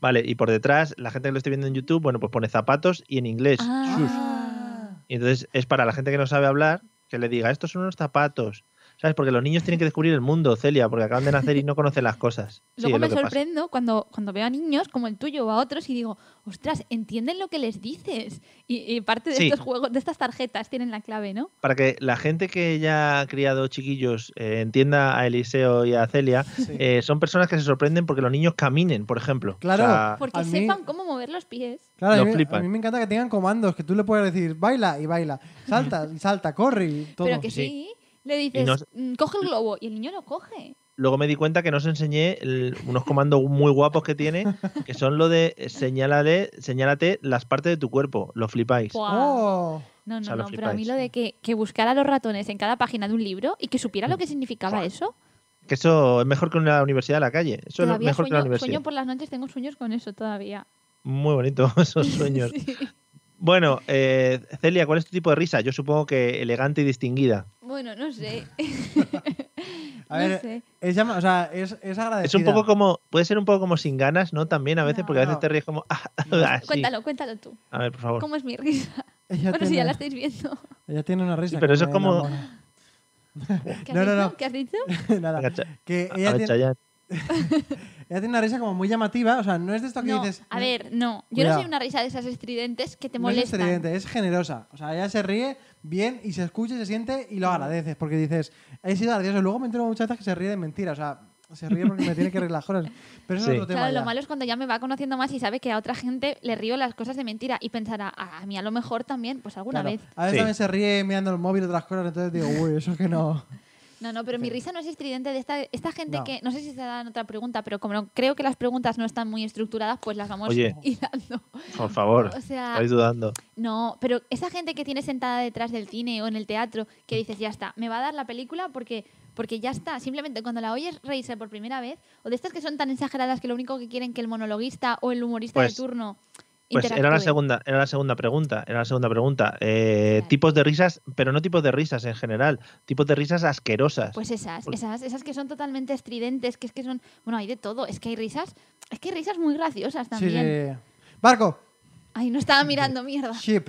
Speaker 1: Vale, y por detrás, la gente que lo esté viendo en YouTube, bueno, pues pone zapatos y en inglés, shoes.
Speaker 3: Ah.
Speaker 1: Y entonces es para la gente que no sabe hablar que le diga, estos son unos zapatos. O ¿Sabes? Porque los niños tienen que descubrir el mundo, Celia, porque acaban de nacer y no conocen las cosas. Sí,
Speaker 3: Luego
Speaker 1: es
Speaker 3: me
Speaker 1: lo que pasa.
Speaker 3: sorprendo cuando, cuando veo a niños como el tuyo o a otros y digo, ostras, entienden lo que les dices. Y, y parte de
Speaker 1: Sí.
Speaker 3: estos juegos, de estas tarjetas, tienen la clave, ¿no?
Speaker 1: Para que la gente que ya ha criado chiquillos eh, entienda a Eliseo y a Celia,
Speaker 2: Sí.
Speaker 1: eh, son personas que se sorprenden porque los niños caminen, por ejemplo.
Speaker 2: Claro.
Speaker 3: Porque
Speaker 2: A mí-
Speaker 3: sepan cómo mover los pies.
Speaker 2: Claro, a
Speaker 1: Lo
Speaker 2: mí,
Speaker 1: flipan.
Speaker 2: a mí me encanta que tengan comandos, que tú le puedes decir baila y baila, salta y salta, corre y todo.
Speaker 3: pero que
Speaker 1: sí.
Speaker 3: sí. Le
Speaker 1: Y
Speaker 3: dices,
Speaker 1: no-
Speaker 3: "Mm, coge el globo y el niño lo coge.
Speaker 1: Luego me di cuenta que no os enseñé el- unos comandos muy guapos que tiene, que son lo de eh, señálale, señálate las partes de tu cuerpo. Lo flipáis.
Speaker 3: Buah.
Speaker 2: ¡Oh!
Speaker 3: No,
Speaker 1: O
Speaker 3: no,
Speaker 1: sea, lo
Speaker 3: no, pero a mí
Speaker 1: flipáis.
Speaker 3: lo de que, que buscara los ratones en cada página de un libro y que supiera lo que significaba eso.
Speaker 1: Que eso es mejor que una universidad de la calle. Eso es
Speaker 3: todavía
Speaker 1: mejor que una
Speaker 3: sueño,
Speaker 1: universidad.
Speaker 3: sueño por las noches, tengo sueños con eso todavía.
Speaker 1: Muy bonito esos sueños.
Speaker 3: Sí.
Speaker 1: Bueno, eh, Celia, ¿cuál es tu tipo de risa? Yo supongo que elegante y distinguida.
Speaker 3: Bueno, no sé.
Speaker 2: A ver,
Speaker 3: no sé.
Speaker 2: es, llama- o sea, es, es agradecida.
Speaker 1: Es un poco como, puede ser un poco como sin ganas, ¿no? También a veces,
Speaker 3: No,
Speaker 1: porque a veces
Speaker 2: no.
Speaker 1: te ríes como... ah, así.
Speaker 3: Cuéntalo, cuéntalo tú.
Speaker 1: A ver, por favor.
Speaker 3: ¿Cómo es mi risa?
Speaker 2: Ella,
Speaker 3: Bueno,
Speaker 2: tiene,
Speaker 3: si ya la estáis viendo.
Speaker 2: ella tiene una risa.
Speaker 1: Sí, pero
Speaker 2: que
Speaker 1: eso
Speaker 2: me
Speaker 1: es como-
Speaker 2: enamora.
Speaker 3: ¿Qué has
Speaker 2: No, no,
Speaker 3: dicho?
Speaker 2: no.
Speaker 3: ¿Qué has dicho?
Speaker 2: Nada.
Speaker 1: Venga, Cha-
Speaker 2: Que
Speaker 1: a- a
Speaker 2: ella,
Speaker 1: ver,
Speaker 2: tiene,
Speaker 1: Chayanne.
Speaker 2: ella tiene una risa como muy llamativa, o sea, no es de esto que
Speaker 3: No,
Speaker 2: dices. eh,
Speaker 3: a ver, no. Yo
Speaker 2: Cuidado.
Speaker 3: no soy una risa de esas estridentes que te
Speaker 2: no es
Speaker 3: molestan.
Speaker 2: estridente, es generosa. O sea, ella se ríe bien y se escucha y se siente y lo agradeces porque dices, he sido gracioso. Luego me entero muchas veces que se ríe de mentira, o sea, se ríe porque me tiene que relajar. Pero eso
Speaker 1: Sí.
Speaker 2: es otro tema.
Speaker 3: Claro,
Speaker 2: ya.
Speaker 3: lo malo es cuando ya me va conociendo más y sabe que a otra gente le río las cosas de mentira y pensará, "Ah, a mí a lo mejor también, pues alguna
Speaker 2: Claro.
Speaker 3: vez.
Speaker 2: A veces
Speaker 1: Sí.
Speaker 2: también se ríe mirando el móvil y otras cosas, entonces digo, uy, eso que no.
Speaker 3: No, no, pero mi risa no es estridente de esta, esta gente
Speaker 2: No.
Speaker 3: que, no sé si se dan otra pregunta, pero como no- creo que las preguntas no están muy estructuradas, pues las vamos
Speaker 1: Oye.
Speaker 3: hilando.
Speaker 1: Por favor,
Speaker 3: O sea,
Speaker 1: estáis dudando.
Speaker 3: no, pero esa gente que tiene sentada detrás del cine o en el teatro que dices, ya está, me va a dar la película porque, porque ya está. Simplemente cuando la oyes reírse por primera vez, o de estas que son tan exageradas que lo único que quieren que el monologuista o el humorista
Speaker 1: Pues-
Speaker 3: de turno
Speaker 1: Pues era la
Speaker 3: interactúe.
Speaker 1: segunda, era la segunda pregunta, era la segunda pregunta. Eh,
Speaker 3: Claro.
Speaker 1: Tipos de risas, pero no tipos de risas en general, tipos de risas asquerosas.
Speaker 3: Pues esas,
Speaker 1: Por-
Speaker 3: esas, esas que son totalmente estridentes, que es que son, bueno, hay de todo, es que hay risas, es que hay risas muy graciosas
Speaker 2: Sí,
Speaker 3: también. Ah.
Speaker 2: sí. Barco,
Speaker 3: Ay, no estaba mirando, mierda.
Speaker 2: ship.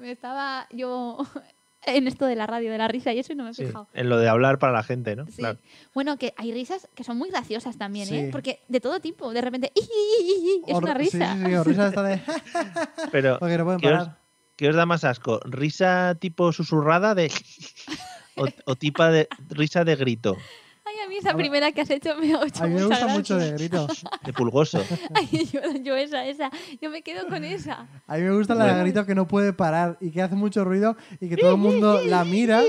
Speaker 3: Me estaba yo en esto de la radio, de la risa y eso y no me he
Speaker 1: Sí,
Speaker 3: fijado.
Speaker 1: en lo de hablar para la gente, ¿no?
Speaker 3: Sí.
Speaker 1: Claro.
Speaker 3: Bueno, que hay risas que son muy graciosas también,
Speaker 2: Sí.
Speaker 3: ¿eh? Porque de todo tipo, de repente, "Ih, ih, ih, ih", es
Speaker 2: O-
Speaker 3: una risa.
Speaker 2: Sí, sí, sí, o risa esta de. "Ah,
Speaker 1: Pero,
Speaker 2: Porque no pueden
Speaker 1: ¿qué os-
Speaker 2: parar.
Speaker 1: ¿Qué os da más asco? ¿Risa tipo susurrada de... o, o tipa de risa de grito,
Speaker 3: Ay, a mí esa
Speaker 2: Ahora-
Speaker 3: primera que has hecho me ha hecho
Speaker 2: A mí me
Speaker 3: mucha
Speaker 2: gusta
Speaker 3: gracia.
Speaker 2: mucho de grito.
Speaker 1: de pulgoso?
Speaker 3: Ay, yo, yo esa, esa, yo me quedo con esa.
Speaker 2: A mí me gusta la de
Speaker 1: Bueno.
Speaker 2: grito que no puede parar y que hace mucho ruido y que todo el mundo la mira. y-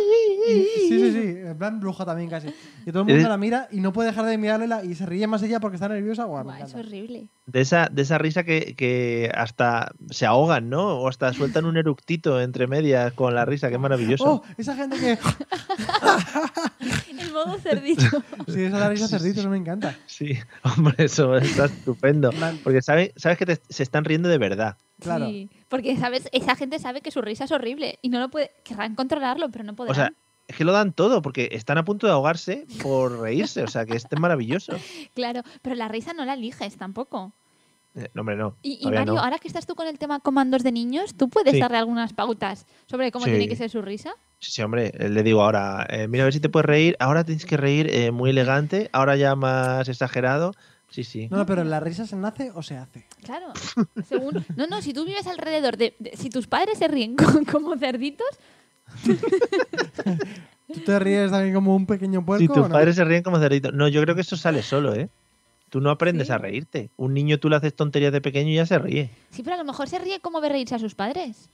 Speaker 2: sí, sí, sí. En plan bruja también casi. Que todo el mundo
Speaker 1: Eh.
Speaker 2: la mira y no puede dejar de mirarle la- y se ríe más ella porque está nerviosa. Guau, me
Speaker 3: Buah, es
Speaker 2: encanta.
Speaker 3: horrible.
Speaker 1: De esa, de esa risa que, que hasta se ahogan, ¿no? O hasta sueltan un eructito entre medias con la risa, que es maravilloso.
Speaker 2: Oh, esa gente que.
Speaker 3: El modo cerdito.
Speaker 2: Sí, esa es la risa cerdito, eso me encanta.
Speaker 1: Sí, hombre, eso está estupendo. Porque sabe- sabes que te- se están riendo de verdad.
Speaker 2: Claro.
Speaker 3: Sí, porque sabes, esa gente sabe que su risa es horrible y no lo puede, querrán controlarlo, pero no podrán.
Speaker 1: O sea, es que lo dan todo, porque están a punto de ahogarse por reírse. O sea, que este es maravilloso.
Speaker 3: claro, pero la risa no la eliges tampoco.
Speaker 1: Eh, No, hombre, no.
Speaker 3: Y, y
Speaker 1: todavía
Speaker 3: Mario,
Speaker 1: no.
Speaker 3: ahora que estás tú con el tema comandos de niños, tú puedes
Speaker 1: Sí.
Speaker 3: darle algunas pautas sobre cómo
Speaker 1: Sí.
Speaker 3: tiene que ser su risa.
Speaker 1: Sí, sí, hombre, eh, le digo ahora, eh, mira a ver si te puedes reír, ahora tienes que reír eh, muy elegante, ahora ya más exagerado. Sí, sí.
Speaker 2: No, no, pero la risa se nace o se hace.
Speaker 3: Claro, según. No, no, si tú vives alrededor de. de- si tus padres se ríen co- como cerditos,
Speaker 2: ¿Tú te ríes también como un pequeño puerco?
Speaker 1: Si tus
Speaker 2: o no?
Speaker 1: padres se ríen como cerditos. No, yo creo que eso sale solo, ¿eh? Tú no aprendes
Speaker 3: Sí.
Speaker 1: a reírte. Un niño tú le haces tonterías de pequeño y ya se ríe.
Speaker 3: sí, pero a lo mejor se ríe como ve reírse a sus padres.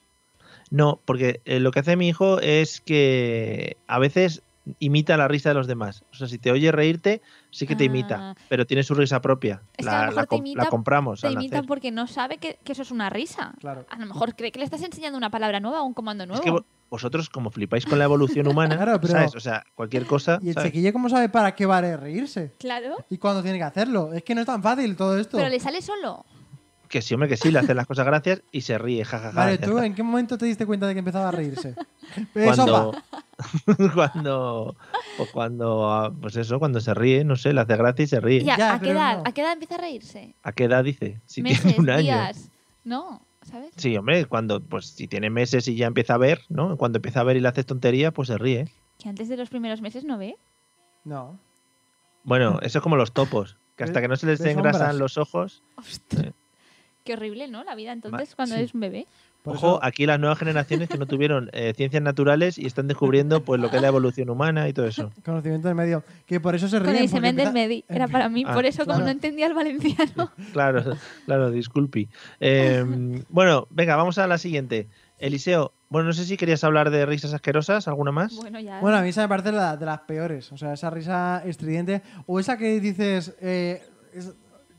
Speaker 1: No, porque eh, lo que hace mi hijo es que a veces imita la risa de los demás. O sea, si te oye reírte, sí que te imita,
Speaker 3: Ah.
Speaker 1: pero tiene su risa propia.
Speaker 3: Es que a lo
Speaker 1: la,
Speaker 3: mejor
Speaker 1: la
Speaker 3: te
Speaker 1: com- la
Speaker 3: imita-
Speaker 1: compramos
Speaker 3: Te
Speaker 1: al
Speaker 3: imita
Speaker 1: nacer.
Speaker 3: porque no sabe que, que eso es una risa.
Speaker 2: Claro.
Speaker 3: A lo mejor cree que le estás enseñando una palabra nueva o un comando nuevo.
Speaker 1: Es que vo- vosotros, como flipáis con la evolución humana,
Speaker 2: Claro, pero-
Speaker 1: ¿sabes? O sea, cualquier cosa.
Speaker 2: ¿Y el
Speaker 1: ¿sabes?
Speaker 2: chiquillo cómo sabe para qué vale reírse?
Speaker 3: Claro,
Speaker 2: ¿Y cuándo tiene que hacerlo? Es que no es tan fácil todo esto.
Speaker 3: pero le sale solo.
Speaker 1: Que sí, hombre, que sí, le hacen las cosas gracias y se ríe, jajaja.
Speaker 2: Vale,
Speaker 1: ya
Speaker 2: ¿tú
Speaker 1: está.
Speaker 2: en qué momento te diste cuenta de que empezaba a reírse? Eh,
Speaker 1: cuando,
Speaker 2: sopa.
Speaker 1: cuando, pues cuando, ah, pues eso, cuando se ríe, no sé, le hace gracia y se ríe.
Speaker 3: Ya,
Speaker 2: Ya,
Speaker 3: ¿a, qué
Speaker 2: pero
Speaker 3: edad,
Speaker 2: no.
Speaker 3: ¿A qué edad empieza a reírse?
Speaker 1: ¿A qué edad dice? Si
Speaker 3: Meses,
Speaker 1: tiene un año.
Speaker 3: días. No, ¿sabes?
Speaker 1: Sí, hombre, cuando, pues si tiene meses y ya empieza a ver, ¿no? Cuando empieza a ver y le haces tonterías, pues se ríe.
Speaker 3: Que antes de los primeros meses no ve.
Speaker 2: No. Mm.
Speaker 1: Bueno, eso es como los topos, que hasta que no se les
Speaker 2: ¿Ves
Speaker 1: engrasan
Speaker 2: sombras?
Speaker 1: los ojos.
Speaker 3: Ostras. Qué horrible, ¿no? La vida entonces cuando
Speaker 2: sí.
Speaker 3: eres un bebé.
Speaker 2: Por
Speaker 1: Ojo,
Speaker 2: eso-
Speaker 1: aquí las nuevas generaciones que no tuvieron eh, ciencias naturales y están descubriendo pues lo que es la evolución humana y todo eso.
Speaker 2: Conocimiento del medio. Que por eso se
Speaker 3: Con
Speaker 2: ríen.
Speaker 3: el
Speaker 2: porque
Speaker 3: semen del
Speaker 2: empieza-
Speaker 3: Medi. Era para mí.
Speaker 1: Ah,
Speaker 3: Por eso, como
Speaker 2: claro.
Speaker 3: no entendía el valenciano.
Speaker 1: Claro, claro, disculpi. Eh, bueno, venga, vamos a la siguiente. Eliseo, bueno, no sé si querías hablar de risas asquerosas, alguna más.
Speaker 3: Bueno, ya.
Speaker 2: Bueno, a mí esa me parece la- de las peores. O sea, esa risa estridente. O esa que dices. eh, es-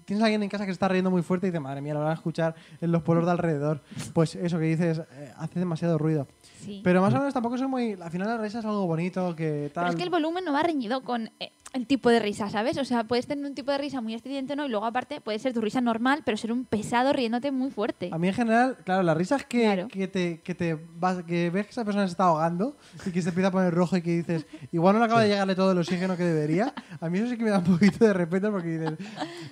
Speaker 2: Tienes a alguien en casa que se está riendo muy fuerte y dices, madre mía, lo van a escuchar en los pueblos de alrededor. Pues eso que dices, eh, hace demasiado ruido.
Speaker 3: sí.
Speaker 2: Pero más o menos tampoco son muy. Al final la risa es algo bonito, que tal.
Speaker 3: Pero es que el volumen no va reñido con eh, el tipo de risa, ¿sabes? O sea, puedes tener un tipo de risa muy estridente, ¿no? Y luego, aparte, puede ser tu risa normal, pero ser un pesado riéndote muy fuerte.
Speaker 2: A mí en general, claro, las risas que,
Speaker 3: Claro.
Speaker 2: que te, que te vas- que ves que esa persona se está ahogando y que se empieza a poner rojo y que dices, igual no le acaba de llegarle todo el oxígeno que debería, a mí eso sí que me da un poquito de respeto porque dices,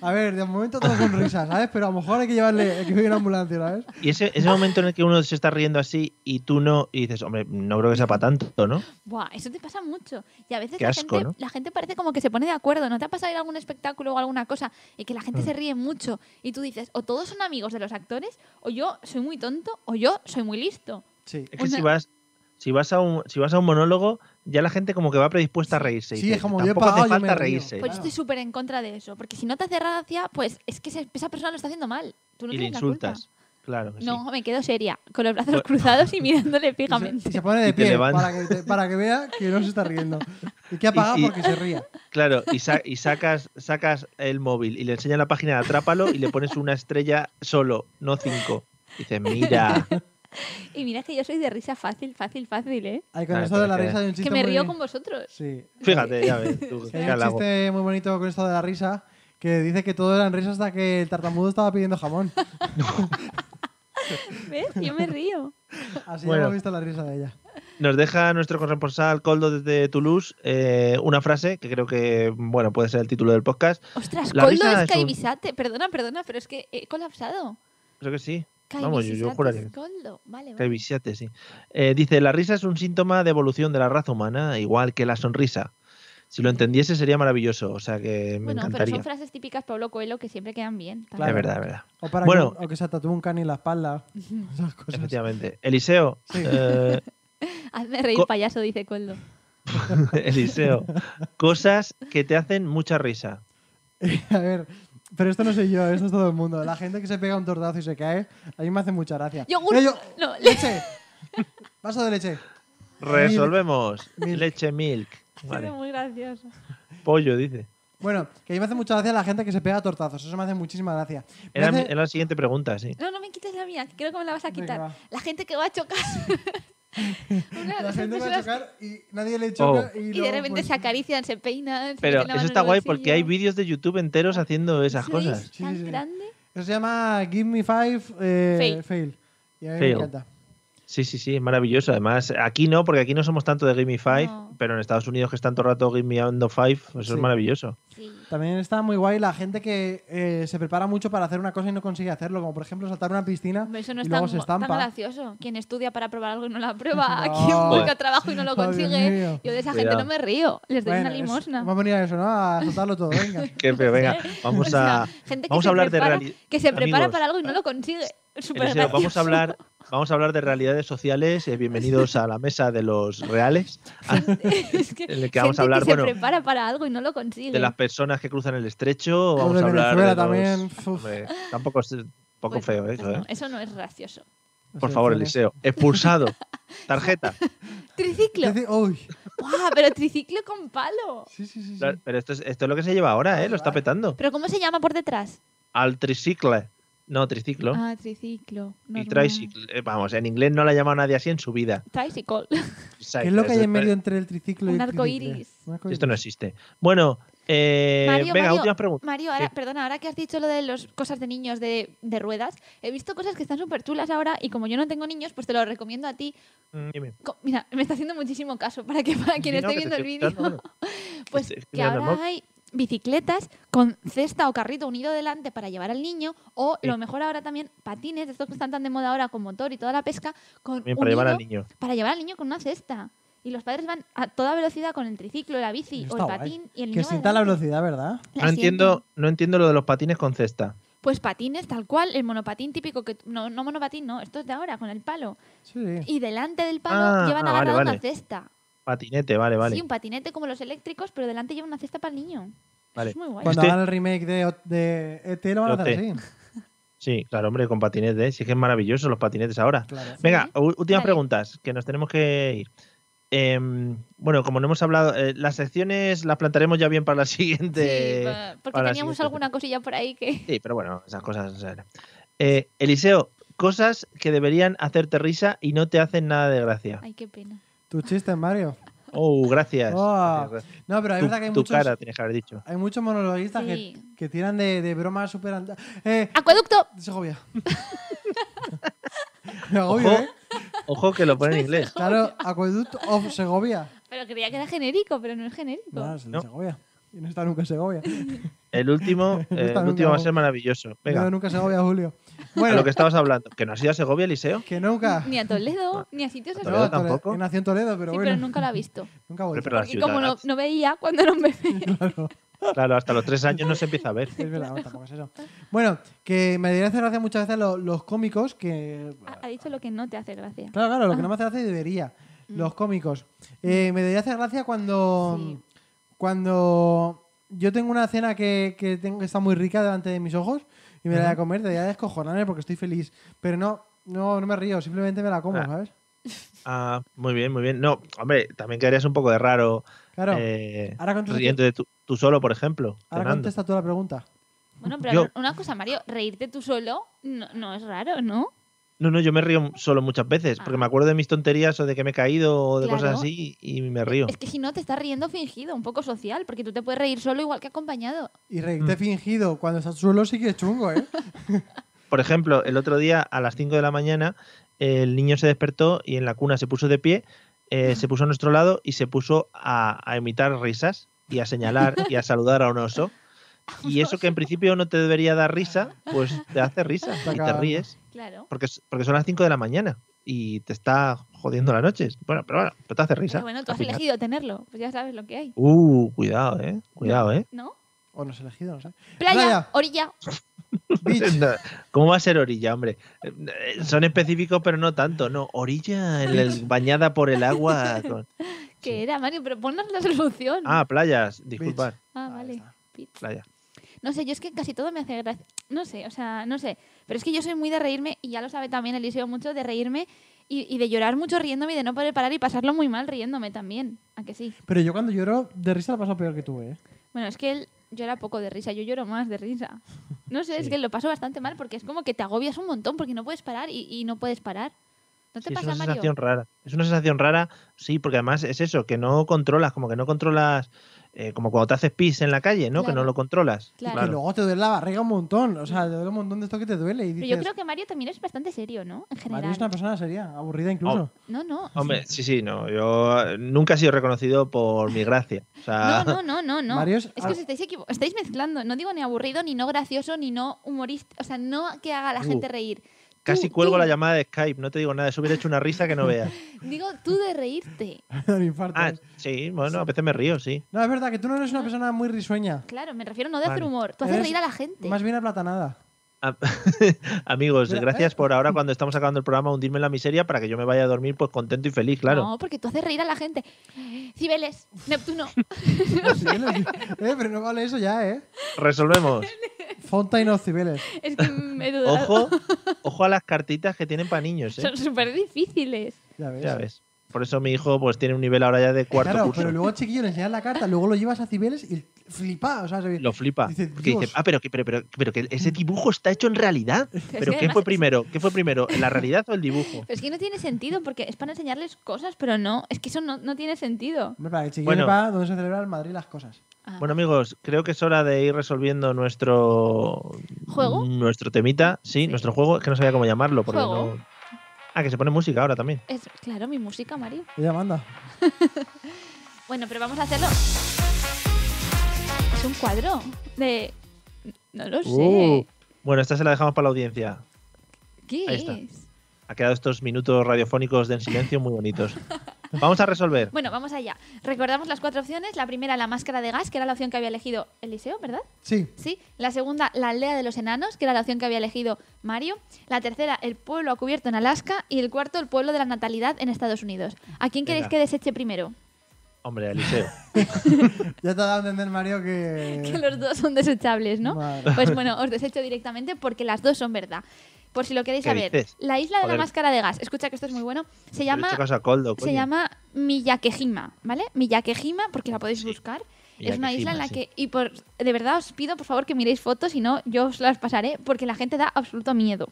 Speaker 2: a ver, de momento todo son risas, ¿sabes? Pero a lo mejor hay que llevarle, hay que pedir una ambulancia, ¿sabes?
Speaker 1: Y ese, ese momento en el que uno se está riendo así y tú no, y dices, hombre, no creo que sea para tanto, ¿no?
Speaker 3: Buah, eso te pasa mucho. Y a veces
Speaker 1: Qué
Speaker 3: la,
Speaker 1: asco,
Speaker 3: gente,
Speaker 1: ¿no?
Speaker 3: la gente parece como que se pone de acuerdo. ¿No te ha pasado ir a algún espectáculo o alguna cosa y que la
Speaker 1: Mm.
Speaker 3: gente se ríe mucho? Y tú dices, o todos son amigos de los actores, o yo soy muy tonto, o yo soy muy listo.
Speaker 2: Sí.
Speaker 1: Es que
Speaker 3: Una-
Speaker 1: si vas, si vas a un, si vas a un monólogo, ya la gente como que va predispuesta a reírse. y
Speaker 2: Sí,
Speaker 1: dices,
Speaker 2: es como, yo he
Speaker 1: tampoco hace
Speaker 2: pagado, yo me
Speaker 1: falta
Speaker 2: río".
Speaker 1: reírse.
Speaker 3: Pues yo
Speaker 2: Claro.
Speaker 3: estoy súper en contra de eso. Porque si no te hace gracia, pues es que ese- esa persona lo está haciendo mal. Tú no
Speaker 1: y le
Speaker 3: tienes la
Speaker 1: insultas. Claro que
Speaker 3: culpa.
Speaker 1: sí.
Speaker 3: No, me quedo seria, con los brazos
Speaker 1: Pues-
Speaker 3: cruzados y mirándole
Speaker 2: Y se, y
Speaker 3: fijamente.
Speaker 2: se pone
Speaker 1: Y te
Speaker 2: de pie
Speaker 1: levanta.
Speaker 2: para que, te- para que vea que no se está riendo. Y que ha pagado
Speaker 1: y-
Speaker 2: porque se ría.
Speaker 1: Claro, y, sa- y sacas, sacas el móvil y le enseñas la página de Atrápalo y le pones una estrella solo, no cinco. Y dices, mira.
Speaker 3: Y mira que yo soy de risa fácil, fácil, fácil, ¿eh?
Speaker 2: Ahí con
Speaker 1: Ah,
Speaker 2: esto de la
Speaker 1: pero es que-
Speaker 2: risa hay un
Speaker 3: Es
Speaker 2: chiste
Speaker 3: que me
Speaker 2: muy-
Speaker 3: río con vosotros.
Speaker 2: Sí.
Speaker 1: Fíjate, ya ves. tú, qué
Speaker 2: Hay un
Speaker 1: halago.
Speaker 2: chiste muy bonito con esto de la risa que dice que todo eran risas hasta que el tartamudo estaba pidiendo jamón.
Speaker 3: ¿Ves? Yo me río.
Speaker 2: Así
Speaker 1: Bueno.
Speaker 2: hemos visto la risa de ella.
Speaker 1: Nos deja nuestro corresponsal Coldo desde Toulouse eh, una frase que creo que bueno puede ser el título del podcast.
Speaker 3: Ostras,
Speaker 1: La
Speaker 3: Coldo
Speaker 1: risa
Speaker 3: es
Speaker 1: es un-
Speaker 3: Caibisate. Perdona, perdona, pero es que he colapsado.
Speaker 1: Creo que sí. Vamos, yo- yo
Speaker 3: Caibisate
Speaker 1: juraría
Speaker 3: es
Speaker 1: que-
Speaker 3: Coldo. Vale,
Speaker 1: Que
Speaker 3: vale.
Speaker 1: visiate, sí. Eh, dice, la risa es un síntoma de evolución de la raza humana, igual que la sonrisa. Si lo entendiese sería maravilloso, o sea que me
Speaker 3: Bueno, pero
Speaker 1: encantaría.
Speaker 3: son frases típicas Pablo Coelho que siempre quedan bien.
Speaker 1: Es
Speaker 2: Claro.
Speaker 1: verdad, es verdad.
Speaker 2: O para
Speaker 1: Bueno.
Speaker 2: que, o que se tatúe un can en la espalda. Esas cosas.
Speaker 1: Efectivamente. Eliseo, eh,
Speaker 3: Hazme reír,
Speaker 1: Co-
Speaker 3: payaso, dice Coldo.
Speaker 1: Eliseo, cosas que te hacen mucha risa.
Speaker 2: A ver, pero esto no soy yo, esto es todo el mundo. La gente que se pega un tortazo y se cae, a mí me hace mucha gracia.
Speaker 3: Yogur.
Speaker 2: Eh, yo-
Speaker 3: No, le-
Speaker 2: ¡Leche! Vaso de leche.
Speaker 1: Resolvemos.
Speaker 2: Milk.
Speaker 1: Leche milk. Vale.
Speaker 3: Es muy gracioso.
Speaker 1: Pollo, dice.
Speaker 2: Bueno, que a mí me hace mucha gracia la gente que se pega a tortazos. Eso me hace muchísima gracia. Me
Speaker 1: Era, mi-
Speaker 2: hace-
Speaker 1: era la siguiente pregunta, sí.
Speaker 3: No, no me quites la mía, que creo que me la vas a
Speaker 2: Venga,
Speaker 3: quitar.
Speaker 2: va.
Speaker 3: La gente que va a chocar. Una de
Speaker 2: La
Speaker 3: esas
Speaker 2: gente va a
Speaker 3: personas
Speaker 2: chocar y nadie
Speaker 1: Oh.
Speaker 2: le choca. Y,
Speaker 3: Y, de
Speaker 2: luego,
Speaker 3: repente
Speaker 2: pues,
Speaker 3: se acarician, se peinan. se
Speaker 1: Pero
Speaker 3: meten la
Speaker 1: eso
Speaker 3: mano
Speaker 1: está
Speaker 3: en el
Speaker 1: guay porque hay
Speaker 3: bolsillo.
Speaker 1: vídeos de YouTube enteros haciendo esas
Speaker 3: Eso
Speaker 1: cosas.
Speaker 3: Es
Speaker 2: Sí,
Speaker 3: tan
Speaker 2: sí, sí.
Speaker 3: grande.
Speaker 2: Eso se llama Give Me Five eh,
Speaker 3: Fail.
Speaker 2: fail. Y a mí
Speaker 1: Fail.
Speaker 2: me encanta.
Speaker 1: Sí, sí, sí, es maravilloso. Además, aquí no, porque aquí no somos tanto de Gimme Five,
Speaker 3: No.
Speaker 1: pero en Estados Unidos que están todo el rato Gimme Ando Five, eso
Speaker 2: Sí.
Speaker 1: es maravilloso.
Speaker 3: Sí.
Speaker 2: También está muy guay la gente que eh, se prepara mucho para hacer una cosa y no consigue hacerlo, como por ejemplo saltar una piscina
Speaker 3: Hombre, Eso no
Speaker 2: y
Speaker 3: es
Speaker 2: luego
Speaker 3: tan,
Speaker 2: se
Speaker 3: tan
Speaker 2: estampa.
Speaker 3: gracioso. Quien estudia para probar algo y no la prueba,
Speaker 2: No.
Speaker 3: quien busca
Speaker 1: Joder.
Speaker 3: trabajo y no lo
Speaker 2: Madre
Speaker 3: consigue.
Speaker 2: mía.
Speaker 3: Yo de esa gente
Speaker 1: Cuidado.
Speaker 3: no me río, les doy
Speaker 2: Bueno,
Speaker 3: una
Speaker 2: es-
Speaker 3: limosna.
Speaker 2: vamos a venir a eso, ¿no? A soltarlo todo, venga.
Speaker 1: Qué feo, venga, vamos
Speaker 3: O sea,
Speaker 1: a,
Speaker 3: gente que
Speaker 1: vamos
Speaker 3: se
Speaker 1: a hablar de
Speaker 3: prepara-
Speaker 1: realidad.
Speaker 3: Que se prepara
Speaker 1: Amigos,
Speaker 3: para algo y no lo consigue. Súper
Speaker 1: Eliseo, vamos
Speaker 3: gracioso.
Speaker 1: a hablar, vamos a hablar de realidades sociales. eh, bienvenidos a la mesa de los reales,
Speaker 3: es que,
Speaker 1: en el que vamos
Speaker 3: gente
Speaker 1: a hablar,
Speaker 3: que
Speaker 1: bueno,
Speaker 3: se prepara para algo y no lo consigue.
Speaker 1: de las personas que cruzan el estrecho.
Speaker 2: Los
Speaker 1: Vamos
Speaker 2: de
Speaker 1: a hablar de
Speaker 2: Venezuela
Speaker 1: los-
Speaker 2: también, uf.
Speaker 1: hombre, tampoco es un poco
Speaker 3: Pues-
Speaker 1: feo
Speaker 3: pues
Speaker 1: eso,
Speaker 3: no,
Speaker 1: ¿eh?
Speaker 3: Eso no es gracioso.
Speaker 1: Por favor, Eliseo, expulsado. Tarjeta.
Speaker 3: Triciclo.
Speaker 2: Dice- uy,
Speaker 3: ¡Buah! Pero triciclo con palo.
Speaker 2: sí, sí, sí. sí.
Speaker 1: Claro, Pero esto es, esto es lo que se lleva ahora, ¿eh? Lo está petando.
Speaker 3: ¿Pero cómo se llama por detrás?
Speaker 1: Al tricicle. No, triciclo.
Speaker 3: Ah, triciclo.
Speaker 1: Y
Speaker 3: normal.
Speaker 1: tricycle, eh, vamos, en inglés no la ha llamado nadie así en su vida.
Speaker 3: Tricycle.
Speaker 2: ¿Qué es lo que hay en
Speaker 1: Esto-
Speaker 2: medio entre el triciclo y
Speaker 3: Un
Speaker 2: el
Speaker 3: arcoíris.
Speaker 2: tricicle? Un arcoíris.
Speaker 1: Esto no existe. Bueno, eh,
Speaker 3: Mario,
Speaker 1: venga,
Speaker 3: Mario,
Speaker 1: últimas preguntas.
Speaker 3: Mario, ahora,
Speaker 1: Sí.
Speaker 3: perdona, ahora que has dicho lo de las cosas de niños de, de ruedas, he visto cosas que están súper chulas ahora y como yo no tengo niños, pues te lo recomiendo a ti.
Speaker 1: Mm, dime.
Speaker 3: Co- Mira, me está haciendo muchísimo caso para que para quien
Speaker 1: Sí, no,
Speaker 3: esté
Speaker 1: que te
Speaker 3: viendo el
Speaker 1: estoy
Speaker 3: vídeo.
Speaker 1: escuchando,
Speaker 3: Pues
Speaker 1: Estoy
Speaker 3: que
Speaker 1: mirando el
Speaker 3: ahora
Speaker 1: móvil.
Speaker 3: hay bicicletas con cesta o carrito unido delante para llevar al niño o
Speaker 1: Sí.
Speaker 3: lo mejor ahora también patines, de estos que están tan de moda ahora con motor y toda la pesca, con
Speaker 1: Bien,
Speaker 3: un
Speaker 1: para llevar al
Speaker 3: hilo
Speaker 1: niño.
Speaker 3: para llevar al niño con una cesta. y los padres van a toda velocidad con el triciclo, la bici o
Speaker 2: Está
Speaker 3: el
Speaker 2: guay.
Speaker 3: patín y el niño
Speaker 2: Que
Speaker 3: va
Speaker 2: sienta la
Speaker 3: delante.
Speaker 2: velocidad, ¿verdad?
Speaker 1: No
Speaker 3: La
Speaker 1: entiendo,
Speaker 3: sienta.
Speaker 1: no entiendo lo de los patines con cesta.
Speaker 3: Pues patines tal cual, el monopatín típico que no no monopatín, no, esto es de ahora con el palo.
Speaker 2: Sí.
Speaker 3: Y delante del palo
Speaker 1: Ah,
Speaker 3: llevan
Speaker 1: ah, vale,
Speaker 3: agarrada
Speaker 1: vale.
Speaker 3: una cesta.
Speaker 1: Patinete, vale, vale.
Speaker 3: Sí, un patinete como los eléctricos, pero delante lleva una cesta para el niño.
Speaker 1: Vale.
Speaker 3: Es muy guay.
Speaker 2: Cuando
Speaker 1: Este- E
Speaker 2: hagan el remake de, O- de ET lo van a hacer
Speaker 1: Yo
Speaker 2: así.
Speaker 1: Sí, claro, hombre, con patinete. ¿eh? Sí que es maravilloso los patinetes ahora.
Speaker 2: Claro.
Speaker 1: Venga, u- últimas
Speaker 3: Vale.
Speaker 1: preguntas, que nos tenemos que ir. Em, bueno, como no hemos hablado, eh, las secciones las plantaremos ya bien para la siguiente.
Speaker 3: Sí, pa- porque
Speaker 1: para la
Speaker 3: teníamos
Speaker 1: siguiente.
Speaker 3: alguna cosilla por ahí que...
Speaker 1: Sí, pero bueno, esas cosas. o sea, eh, Eliseo, cosas que deberían hacerte risa y no te hacen nada de gracia.
Speaker 3: Ay, qué pena.
Speaker 2: Tu chiste, Mario.
Speaker 1: Oh, gracias.
Speaker 2: Oh,
Speaker 1: Gracias, gracias.
Speaker 2: No, pero es
Speaker 1: Tu,
Speaker 2: verdad que hay
Speaker 1: tu
Speaker 2: muchos,
Speaker 1: cara, tienes que haber dicho.
Speaker 2: hay muchos monologuistas
Speaker 3: Sí.
Speaker 2: que, que tiran de, de bromas súper... ant- Eh,
Speaker 3: ¡Acueducto!
Speaker 2: Segovia. Me agobio,
Speaker 1: Ojo,
Speaker 2: ¿eh?
Speaker 1: ojo que lo pone en inglés.
Speaker 2: Claro, Aqueduct of Segovia.
Speaker 3: Pero creía que era genérico, pero no es genérico.
Speaker 2: No, es de
Speaker 1: No.
Speaker 2: Segovia. Y no está nunca en Segovia.
Speaker 1: El último, eh,
Speaker 2: Está
Speaker 1: el
Speaker 2: nunca
Speaker 1: último va a
Speaker 2: hago.
Speaker 1: ser maravilloso.
Speaker 2: No está
Speaker 1: Venga,
Speaker 2: nunca en Segovia, Julio.
Speaker 1: a
Speaker 2: Bueno,
Speaker 1: lo que
Speaker 2: que...
Speaker 1: estabas hablando. ¿Que no has ido a Segovia, Eliseo?
Speaker 2: nunca.
Speaker 3: Ni a Toledo, ni a sitios
Speaker 1: Ah. A
Speaker 3: así.
Speaker 1: Toledo
Speaker 2: No, Tole-
Speaker 1: tampoco.
Speaker 2: He nacido en Toledo, pero
Speaker 3: Sí,
Speaker 2: bueno.
Speaker 3: pero nunca lo ha visto.
Speaker 2: Nunca voy.
Speaker 1: Pero la
Speaker 3: Y como no,
Speaker 1: ciudad,
Speaker 3: no veía cuando era un bebé.
Speaker 2: Claro.
Speaker 1: Claro, hasta los tres años no se empieza a ver.
Speaker 2: Es verdad, no, tampoco es eso. Bueno, que me debería hacer gracia muchas veces lo- los cómicos que...
Speaker 3: Ha, ha dicho lo que no te hace gracia.
Speaker 2: Claro, claro, lo que no me hace gracia debería.
Speaker 3: Mm.
Speaker 2: Los cómicos. Eh, me debería hacer gracia cuando...
Speaker 3: Sí.
Speaker 2: Cuando yo tengo una cena que, que tengo, que está muy rica delante de mis ojos y me la voy a comer, debería descojonarme porque estoy feliz. Pero no, no, no me río, simplemente me la como,
Speaker 1: Ah.
Speaker 2: ¿sabes?
Speaker 1: Ah, muy bien, muy bien. No, hombre, también quedarías un poco de raro
Speaker 2: Claro.
Speaker 1: eh,
Speaker 2: ahora contesta-
Speaker 1: riéndote tú, tú solo, por ejemplo.
Speaker 2: Ahora
Speaker 1: cenando.
Speaker 2: contesta tú la pregunta.
Speaker 3: Bueno, pero
Speaker 1: Yo-
Speaker 3: a ver, una cosa, Mario, reírte tú solo no, no es raro, ¿no?
Speaker 1: No, no, yo me río solo muchas veces, porque
Speaker 3: Ah.
Speaker 1: me acuerdo de mis tonterías o de que me he caído o de
Speaker 3: Claro.
Speaker 1: cosas así y me río.
Speaker 3: Es que si no, te estás riendo fingido, un poco social, porque tú te puedes reír solo igual que acompañado.
Speaker 2: Y
Speaker 1: Mm.
Speaker 2: reírte fingido cuando estás solo sí que es chungo, ¿eh?
Speaker 1: Por ejemplo, el otro día a las 5 de la mañana el niño se despertó y en la cuna se puso de pie, eh, se puso a nuestro lado y se puso a, a imitar risas y a señalar y a saludar a un oso. Y eso que en principio no te debería dar risa, pues te hace risa y te
Speaker 2: acabando.
Speaker 1: ríes,
Speaker 3: Claro.
Speaker 1: porque, es- porque son las 5 de la mañana y te está jodiendo la noche. Bueno, pero bueno, pero te hace risa.
Speaker 3: Pero bueno, tú
Speaker 1: al
Speaker 3: has
Speaker 1: final.
Speaker 3: elegido tenerlo, pues ya sabes lo que hay,
Speaker 1: Uh, cuidado, eh. Cuidado, eh.
Speaker 3: ¿no?
Speaker 2: O no has elegido, no sé.
Speaker 3: Playa,
Speaker 2: Playa.
Speaker 3: orilla.
Speaker 2: Bitch.
Speaker 1: No, ¿Cómo va a ser orilla, hombre? Eh, Son específicos, pero no tanto. No, orilla en el- bañada por el agua. con- Sí.
Speaker 3: que era, Mario? Pero ponnos la solución.
Speaker 1: Ah, playas, disculpad,
Speaker 3: Ah,
Speaker 2: ahí
Speaker 3: vale.
Speaker 2: está.
Speaker 3: Pit.
Speaker 1: playa.
Speaker 3: No sé, yo es que casi todo me hace gracia. No sé, o sea, no sé. Pero es que yo soy muy de reírme, y ya lo sabe también Eliseo mucho, de reírme y, y de llorar mucho riéndome y de no poder parar y pasarlo muy mal riéndome también. ¿A que sí?
Speaker 2: Pero yo cuando lloro, de risa lo paso peor que tú, ¿eh?
Speaker 3: Bueno, es que él llora poco de risa, yo lloro más de risa. No sé, es
Speaker 1: Sí.
Speaker 3: que lo paso bastante mal porque es como que te agobias un montón porque no puedes parar y, y no puedes parar. ¿No te
Speaker 1: Sí, es
Speaker 3: pasa,
Speaker 1: una
Speaker 3: Mario?
Speaker 1: sensación rara. Es una sensación rara, sí, porque además es eso, que no controlas, como que no controlas, eh, como cuando te haces pis en la calle, ¿no? Que
Speaker 3: Claro.
Speaker 1: no lo controlas.
Speaker 3: Claro.
Speaker 2: Que luego te duele la barriga un montón. O sea, te duele un montón de esto que te duele. Y
Speaker 3: Pero
Speaker 2: dices,
Speaker 3: yo creo que Mario también es bastante serio, ¿no? En general.
Speaker 2: Mario es una persona seria, aburrida incluso.
Speaker 1: Oh.
Speaker 3: No, no.
Speaker 1: Hombre, sí, sí, no. Yo eh, nunca he sido reconocido por mi gracia. O sea,
Speaker 3: No, no, no, no, no.
Speaker 2: Mario es-
Speaker 3: es,
Speaker 1: ah.
Speaker 3: que os estáis, equivo- estáis mezclando. No digo ni aburrido, ni no gracioso, ni no humorista. O sea, no que haga a la
Speaker 1: Uh,
Speaker 3: gente reír. Tú-
Speaker 1: casi cuelgo
Speaker 3: tú-
Speaker 1: la llamada de Skype, no te digo nada. Eso hubiera hecho una risa que no veas.
Speaker 3: Digo tú de reírte.
Speaker 2: El infarto.
Speaker 1: Ah, sí, bueno, a veces me río, sí.
Speaker 2: No, es verdad que tú no
Speaker 3: Ah.
Speaker 2: eres una persona muy risueña.
Speaker 3: Claro, me refiero no de hacer
Speaker 1: Vale.
Speaker 3: humor. Tú haces
Speaker 2: Eres
Speaker 3: reír a la gente.
Speaker 2: Más bien aplatanada.
Speaker 1: Am- Amigos,
Speaker 2: Mira,
Speaker 1: gracias
Speaker 2: ¿eh?
Speaker 1: por ahora cuando estamos acabando el programa hundirme en la miseria para que yo me vaya a dormir pues contento y feliz, claro.
Speaker 3: No, porque tú haces reír a la gente. Cibeles, Neptuno.
Speaker 2: Oh, Cibeles, eh, pero no vale eso ya, ¿eh?
Speaker 1: Resolvemos.
Speaker 2: Fontaine of Cibeles.
Speaker 3: es que me he dudado.
Speaker 1: Ojo, ojo a las cartitas que tienen para niños, ¿eh?
Speaker 3: Son súper difíciles.
Speaker 2: Ya ves.
Speaker 1: Ya ves. Por eso mi hijo pues tiene un nivel ahora ya
Speaker 3: Eh,
Speaker 1: de cuarto
Speaker 2: Claro,
Speaker 1: curso.
Speaker 2: pero luego al chiquillo le enseñas la carta, luego lo llevas a Cibeles y flipa. O sea, se-
Speaker 1: Lo flipa.
Speaker 2: Dice,
Speaker 1: porque dice,
Speaker 2: "Dios".
Speaker 1: ah, pero que, pero, pero, pero que ese dibujo está hecho en realidad. Pero
Speaker 3: que
Speaker 1: ¿qué
Speaker 3: además-
Speaker 1: fue primero? ¿Qué fue primero? ¿La realidad o el dibujo?
Speaker 3: Pero es que no tiene sentido porque es para enseñarles cosas, pero no. Es que eso no, no tiene sentido.
Speaker 2: Hombre, para que el chiquillo
Speaker 1: Bueno.
Speaker 2: sepa dónde se celebra en Madrid las cosas.
Speaker 3: Ah.
Speaker 1: Bueno amigos, creo que es hora de ir resolviendo nuestro
Speaker 3: ¿Juego?
Speaker 1: nuestro temita, sí,
Speaker 3: Sí.
Speaker 1: nuestro juego, es que no sabía cómo llamarlo, porque
Speaker 3: Juego.
Speaker 1: no. Ah, que se pone música ahora también.
Speaker 3: Es, claro, mi música, Mario.
Speaker 2: Ella manda.
Speaker 3: Bueno, pero vamos a hacerlo. Es un cuadro de. No lo sé.
Speaker 1: Uh. Bueno, esta se la dejamos para la audiencia.
Speaker 3: ¿Qué
Speaker 1: ahí está.
Speaker 3: es?
Speaker 1: Ha quedado estos minutos radiofónicos de en silencio muy bonitos. Vamos a resolver.
Speaker 3: Bueno, vamos allá. Recordamos las cuatro opciones. La primera, la máscara de gas, que era la opción que había elegido Eliseo, ¿verdad?
Speaker 2: Sí.
Speaker 3: Sí. La segunda, la aldea de los enanos, que era la opción que había elegido Mario. La tercera, el pueblo a cubierto en Alaska. Y el cuarto, el pueblo de la natalidad en Estados Unidos. ¿A quién queréis
Speaker 1: Venga.
Speaker 3: que deseche primero?
Speaker 1: Hombre, Eliseo.
Speaker 2: Ya te ha dado a entender, Mario, que.
Speaker 3: Que los dos son desechables, ¿no?
Speaker 2: Madre.
Speaker 3: Pues bueno, os desecho directamente porque las dos son verdad. Por si lo queréis
Speaker 1: ¿Qué
Speaker 3: saber,
Speaker 1: dices?
Speaker 3: la isla de
Speaker 1: Joder.
Speaker 3: la máscara de gas, escucha que esto es muy bueno, se
Speaker 1: Le
Speaker 3: llama,
Speaker 1: he hecho caso a Coldo,
Speaker 3: se
Speaker 1: coño.
Speaker 3: llama Miyakejima, ¿vale? Miyakejima, porque la podéis buscar. es una isla en la
Speaker 1: Miyakejima, sí.
Speaker 3: que, y por, de verdad os pido por favor que miréis fotos, si no yo os las pasaré, porque la gente da absoluto miedo.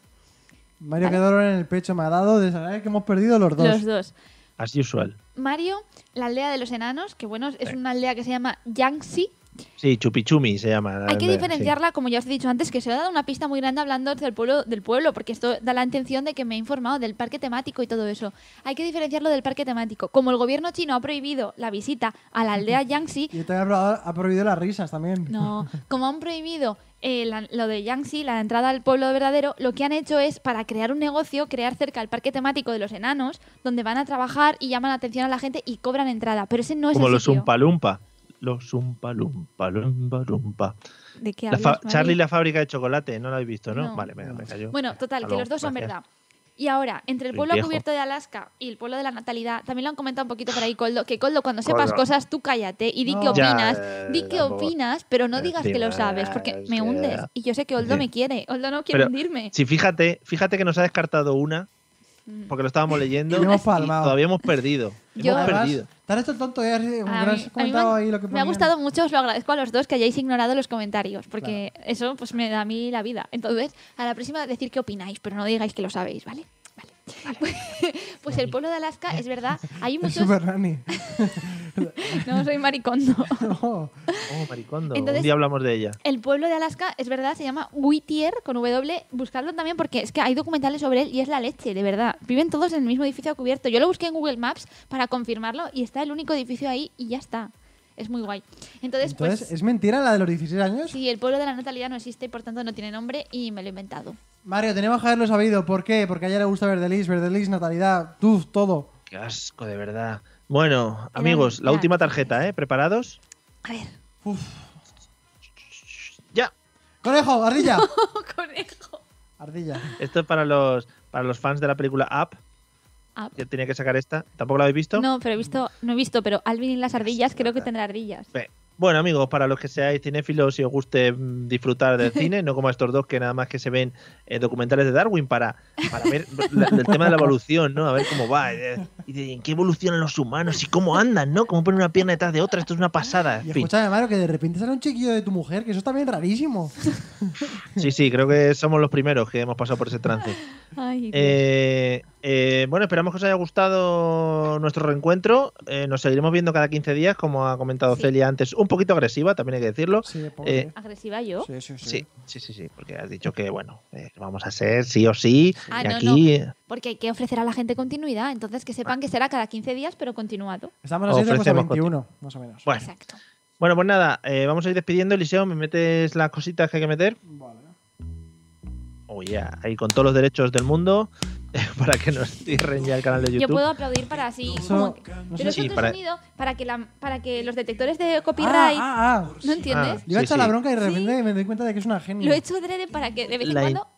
Speaker 2: Mario, qué dolor en el pecho me ha dado de saber que hemos perdido los dos.
Speaker 3: Los dos.
Speaker 1: As usual.
Speaker 3: Mario, la aldea de los enanos, que bueno, es una aldea que se llama Yangtze,
Speaker 1: Sí, Chupichumi se llama. la
Speaker 3: Hay que
Speaker 1: aldea,
Speaker 3: diferenciarla, como ya os he dicho antes, que se ha dado una pista muy grande hablando del pueblo, del pueblo, porque esto da la intención de que me he informado del parque temático y todo eso. Hay que diferenciarlo del parque temático. Como el gobierno chino ha prohibido la visita a la aldea Yangtze,
Speaker 2: Y también ha probado- ha prohibido las risas también.
Speaker 3: no, como han prohibido eh, la- lo de Yangtze, la entrada al pueblo verdadero, lo que han hecho es, para crear un negocio, crear cerca el parque temático de los enanos, donde van a trabajar y llaman la atención a la gente y cobran entrada. Pero ese no
Speaker 1: Sí.
Speaker 3: es
Speaker 1: Como
Speaker 3: el
Speaker 1: los
Speaker 3: sitio.
Speaker 1: Umpalumpa. Los Umpalumpa, Lumpa, Lumpa.
Speaker 3: ¿De qué
Speaker 1: La fa-
Speaker 3: hablas, Mari?
Speaker 1: Charlie la fábrica de chocolate, no lo habéis visto, ¿no?
Speaker 3: No.
Speaker 1: Vale, venga, me cayó.
Speaker 3: Bueno, total,
Speaker 1: Hasta
Speaker 3: que
Speaker 1: luego,
Speaker 3: los dos son
Speaker 1: gracias.
Speaker 3: verdad. Y ahora, entre el
Speaker 1: Soy
Speaker 3: pueblo
Speaker 1: viejo.
Speaker 3: cubierto de Alaska y el pueblo de la natalidad, también lo han comentado un poquito por ahí, Coldo, que Coldo, cuando sepas
Speaker 1: Coldo.
Speaker 3: cosas, tú cállate y di
Speaker 2: No.
Speaker 3: que opinas,
Speaker 1: Ya, eh,
Speaker 3: di que
Speaker 1: tampoco.
Speaker 3: opinas, pero no digas que lo
Speaker 1: Encima,
Speaker 3: sabes, porque
Speaker 1: es
Speaker 3: me
Speaker 1: que-
Speaker 3: hundes. Y yo sé que Oldo
Speaker 1: Sí.
Speaker 3: me quiere, Oldo no quiere
Speaker 1: Pero-
Speaker 3: hundirme.
Speaker 1: Sí, fíjate, fíjate que nos ha descartado una,
Speaker 2: Mm.
Speaker 1: porque lo estábamos leyendo
Speaker 2: Y hemos
Speaker 1: y
Speaker 2: palmado.
Speaker 1: todavía hemos perdido.
Speaker 3: Yo-
Speaker 1: Hemos
Speaker 2: Además,
Speaker 1: perdido.
Speaker 2: Te has hecho el tonto, ¿eh? Así, como que no
Speaker 3: A mí-
Speaker 2: has
Speaker 3: a mí me
Speaker 2: comentado
Speaker 3: han-
Speaker 2: ahí lo que
Speaker 3: me ha
Speaker 2: ponían.
Speaker 3: gustado mucho, os lo agradezco a los dos que hayáis ignorado los comentarios, porque eso pues me da a mí la vida. Entonces, a la próxima decir qué opináis, pero no digáis que lo sabéis, ¿vale? Vale. pues el pueblo de Alaska, es verdad, hay
Speaker 2: Es
Speaker 3: muchos...
Speaker 2: super nani.
Speaker 3: No, soy maricondo.
Speaker 2: No.
Speaker 1: Oh, maricondo.
Speaker 3: Entonces-
Speaker 1: Un día hablamos de ella.
Speaker 3: El pueblo de Alaska, es verdad, se llama Whittier, con W. Buscadlo también porque es que hay documentales sobre él y es la leche, de verdad. Viven todos en el mismo edificio cubierto. Yo lo busqué en Google Maps para confirmarlo y está el único edificio ahí y ya está. Es muy guay. Entonces,
Speaker 2: Entonces,
Speaker 3: pues,
Speaker 2: ¿es mentira la de los 16 años?
Speaker 3: sí, el pueblo de la natalidad no existe y por tanto no tiene nombre y me lo he inventado.
Speaker 2: Mario, tenemos que haberlo sabido. ¿Por qué? Porque a ella le gusta Verdelis, Verdelis, natalidad, tú, todo.
Speaker 1: Qué asco, de verdad. Bueno, amigos, la
Speaker 3: ya.
Speaker 1: última tarjeta, ¿eh? ¿Preparados?
Speaker 3: A ver,
Speaker 1: ¡Ya!
Speaker 2: ¡Conejo, ardilla!
Speaker 3: Oh, conejo.
Speaker 2: ardilla.
Speaker 1: Esto es para los, para los fans de la película Up.
Speaker 3: Up.
Speaker 1: Yo tenía que sacar esta. ¿Tampoco la habéis visto?
Speaker 3: No, pero he visto, no he visto, pero Alvin y las ardillas creo que tendrá ardillas.
Speaker 1: Ve. Bueno, amigos, para los que seáis cinéfilos y os guste mm, disfrutar del cine, no como estos dos que nada más que se ven eh, documentales de Darwin para, para ver la- el tema de la evolución, ¿no? A ver cómo va. eh, Y de, en qué evolucionan los humanos y cómo andan, ¿no? Cómo ponen una pierna detrás de otra. Esto es una pasada.
Speaker 2: Y
Speaker 1: En fin.
Speaker 2: escúchame, Mario, que de repente sale un chiquillo de tu mujer, que eso está bien rarísimo.
Speaker 1: Sí, sí, creo que somos los primeros que hemos pasado por ese trance.
Speaker 3: Ay, Dios.
Speaker 1: Eh, eh, bueno, esperamos que os haya gustado nuestro reencuentro. Eh, nos seguiremos viendo cada 15 días, como ha comentado
Speaker 3: Sí.
Speaker 1: Celia antes. Un poquito agresiva, también hay que decirlo.
Speaker 2: Sí, pobre.
Speaker 1: Eh,
Speaker 3: ¿Agresiva yo?
Speaker 2: sí, sí, sí.
Speaker 1: Sí, sí, sí, sí, porque has dicho que, bueno, eh, vamos a ser sí o sí.
Speaker 3: Ah,
Speaker 1: y
Speaker 3: no,
Speaker 1: aquí eh,
Speaker 3: Porque hay que ofrecer a la gente continuidad, entonces que
Speaker 2: Ah.
Speaker 3: sepan que será cada 15 días, pero continuado.
Speaker 2: Estamos haciendo cosa
Speaker 1: Ofrecemos
Speaker 2: 21, más o menos.
Speaker 1: Bueno,
Speaker 3: Exacto.
Speaker 1: bueno, pues nada, eh, vamos a ir despidiendo. Eliseo, ¿me metes las cositas que hay que meter?
Speaker 2: Vale.
Speaker 1: Oh, ya, ahí con todos los derechos del mundo para que nos cierren ya el canal de YouTube.
Speaker 3: Yo puedo aplaudir para así.
Speaker 2: Eso,
Speaker 3: como que-
Speaker 2: no
Speaker 3: pero
Speaker 1: Sí,
Speaker 2: sé si...
Speaker 3: eso es un
Speaker 1: para-
Speaker 3: sonido para que, la, para que los detectores de
Speaker 2: Ah,
Speaker 3: copyright.
Speaker 2: ah, ah.
Speaker 3: ¿No entiendes?
Speaker 1: Ah,
Speaker 2: Le iba a
Speaker 1: Sí,
Speaker 2: echar
Speaker 1: sí.
Speaker 2: la bronca y de repente me doy cuenta de que es una genia.
Speaker 3: Lo he hecho adrede para que de vez en
Speaker 1: Ah. La in-
Speaker 3: cuando.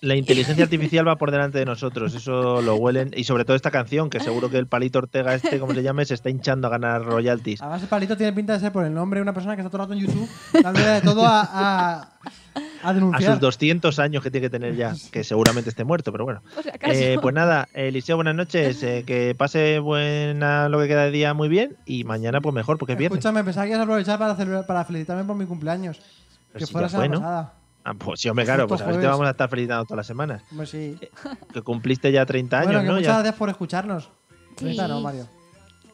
Speaker 1: La inteligencia artificial va por delante de nosotros, eso lo huelen. Y sobre todo esta canción, que seguro que el palito Ortega, este, como se llame, se está hinchando a ganar royalties.
Speaker 2: Además, el palito tiene pinta de ser por el nombre de una persona que está todo el rato en YouTube dándole de todo a, a, a
Speaker 1: A
Speaker 2: denunciar.
Speaker 1: sus 200 años que tiene que tener ya, que seguramente esté muerto, pero bueno.
Speaker 3: Por si acaso.
Speaker 1: Eh, pues nada, Eliseo, buenas noches. eh, que pase buena lo que queda de día muy bien y mañana pues mejor porque es viernes.
Speaker 2: Escúchame, pensaba que ibas a aprovechar para, celebrar- para felicitarme por mi cumpleaños.
Speaker 1: Pero
Speaker 2: que
Speaker 1: si ya
Speaker 2: fuera esa
Speaker 1: fue, ¿no?
Speaker 2: pasada.
Speaker 1: Ah, pues sí, hombre, claro,
Speaker 2: Justo
Speaker 1: pues a ver, te
Speaker 2: jueves.
Speaker 1: vamos a estar felicitando todas las semanas.
Speaker 2: Hombre, sí.
Speaker 1: Que cumpliste ya 30 años,
Speaker 2: bueno, que
Speaker 1: Este ¿no?
Speaker 2: muchas
Speaker 1: Ya-
Speaker 2: gracias por escucharnos.
Speaker 3: Sí.
Speaker 2: Ahorita no, Mario.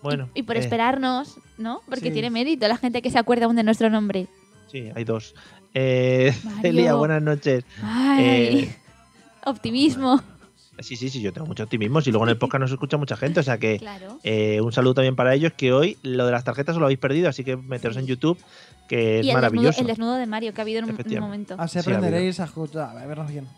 Speaker 1: Bueno,
Speaker 3: y, y por
Speaker 1: eh,
Speaker 3: esperarnos, ¿no? Porque
Speaker 2: sí.
Speaker 3: tiene mérito la gente que se acuerda aún de nuestro nombre.
Speaker 1: Sí, hay dos. Eh,
Speaker 3: Mario.
Speaker 1: Celia, buenas noches.
Speaker 3: Ay.
Speaker 1: Eh,
Speaker 3: Optimismo.
Speaker 1: Sí, sí, sí, yo tengo mucho optimismo. Si luego en el podcast nos escucha mucha gente, o sea que
Speaker 3: Claro.
Speaker 1: eh, un saludo también para ellos. Que hoy lo de las tarjetas os lo habéis perdido, así que meteros en YouTube, que es
Speaker 3: y el desnudo,
Speaker 1: maravilloso.
Speaker 3: el desnudo de Mario que ha habido en un- un
Speaker 2: Ah,
Speaker 1: Efectivamente.
Speaker 3: momento.
Speaker 2: Así
Speaker 1: Sí, la
Speaker 2: aprenderéis a escuchar. A vernos bien.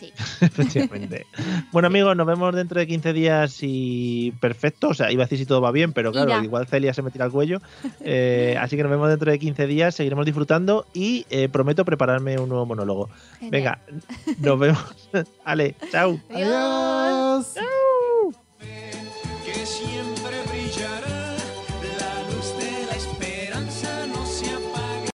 Speaker 3: Sí.
Speaker 1: Efectivamente. Bueno, amigos, nos vemos dentro de 15 días y perfecto. O sea, iba a decir si todo va bien, pero claro,
Speaker 3: Irá.
Speaker 1: igual Celia se me tira al cuello. Eh, así que nos vemos dentro de 15 días, seguiremos disfrutando y eh, prometo prepararme un nuevo monólogo.
Speaker 3: Genial.
Speaker 1: Venga, nos vemos. Ale, chao.
Speaker 3: Adiós.
Speaker 2: Adiós.
Speaker 4: que siempre brillará.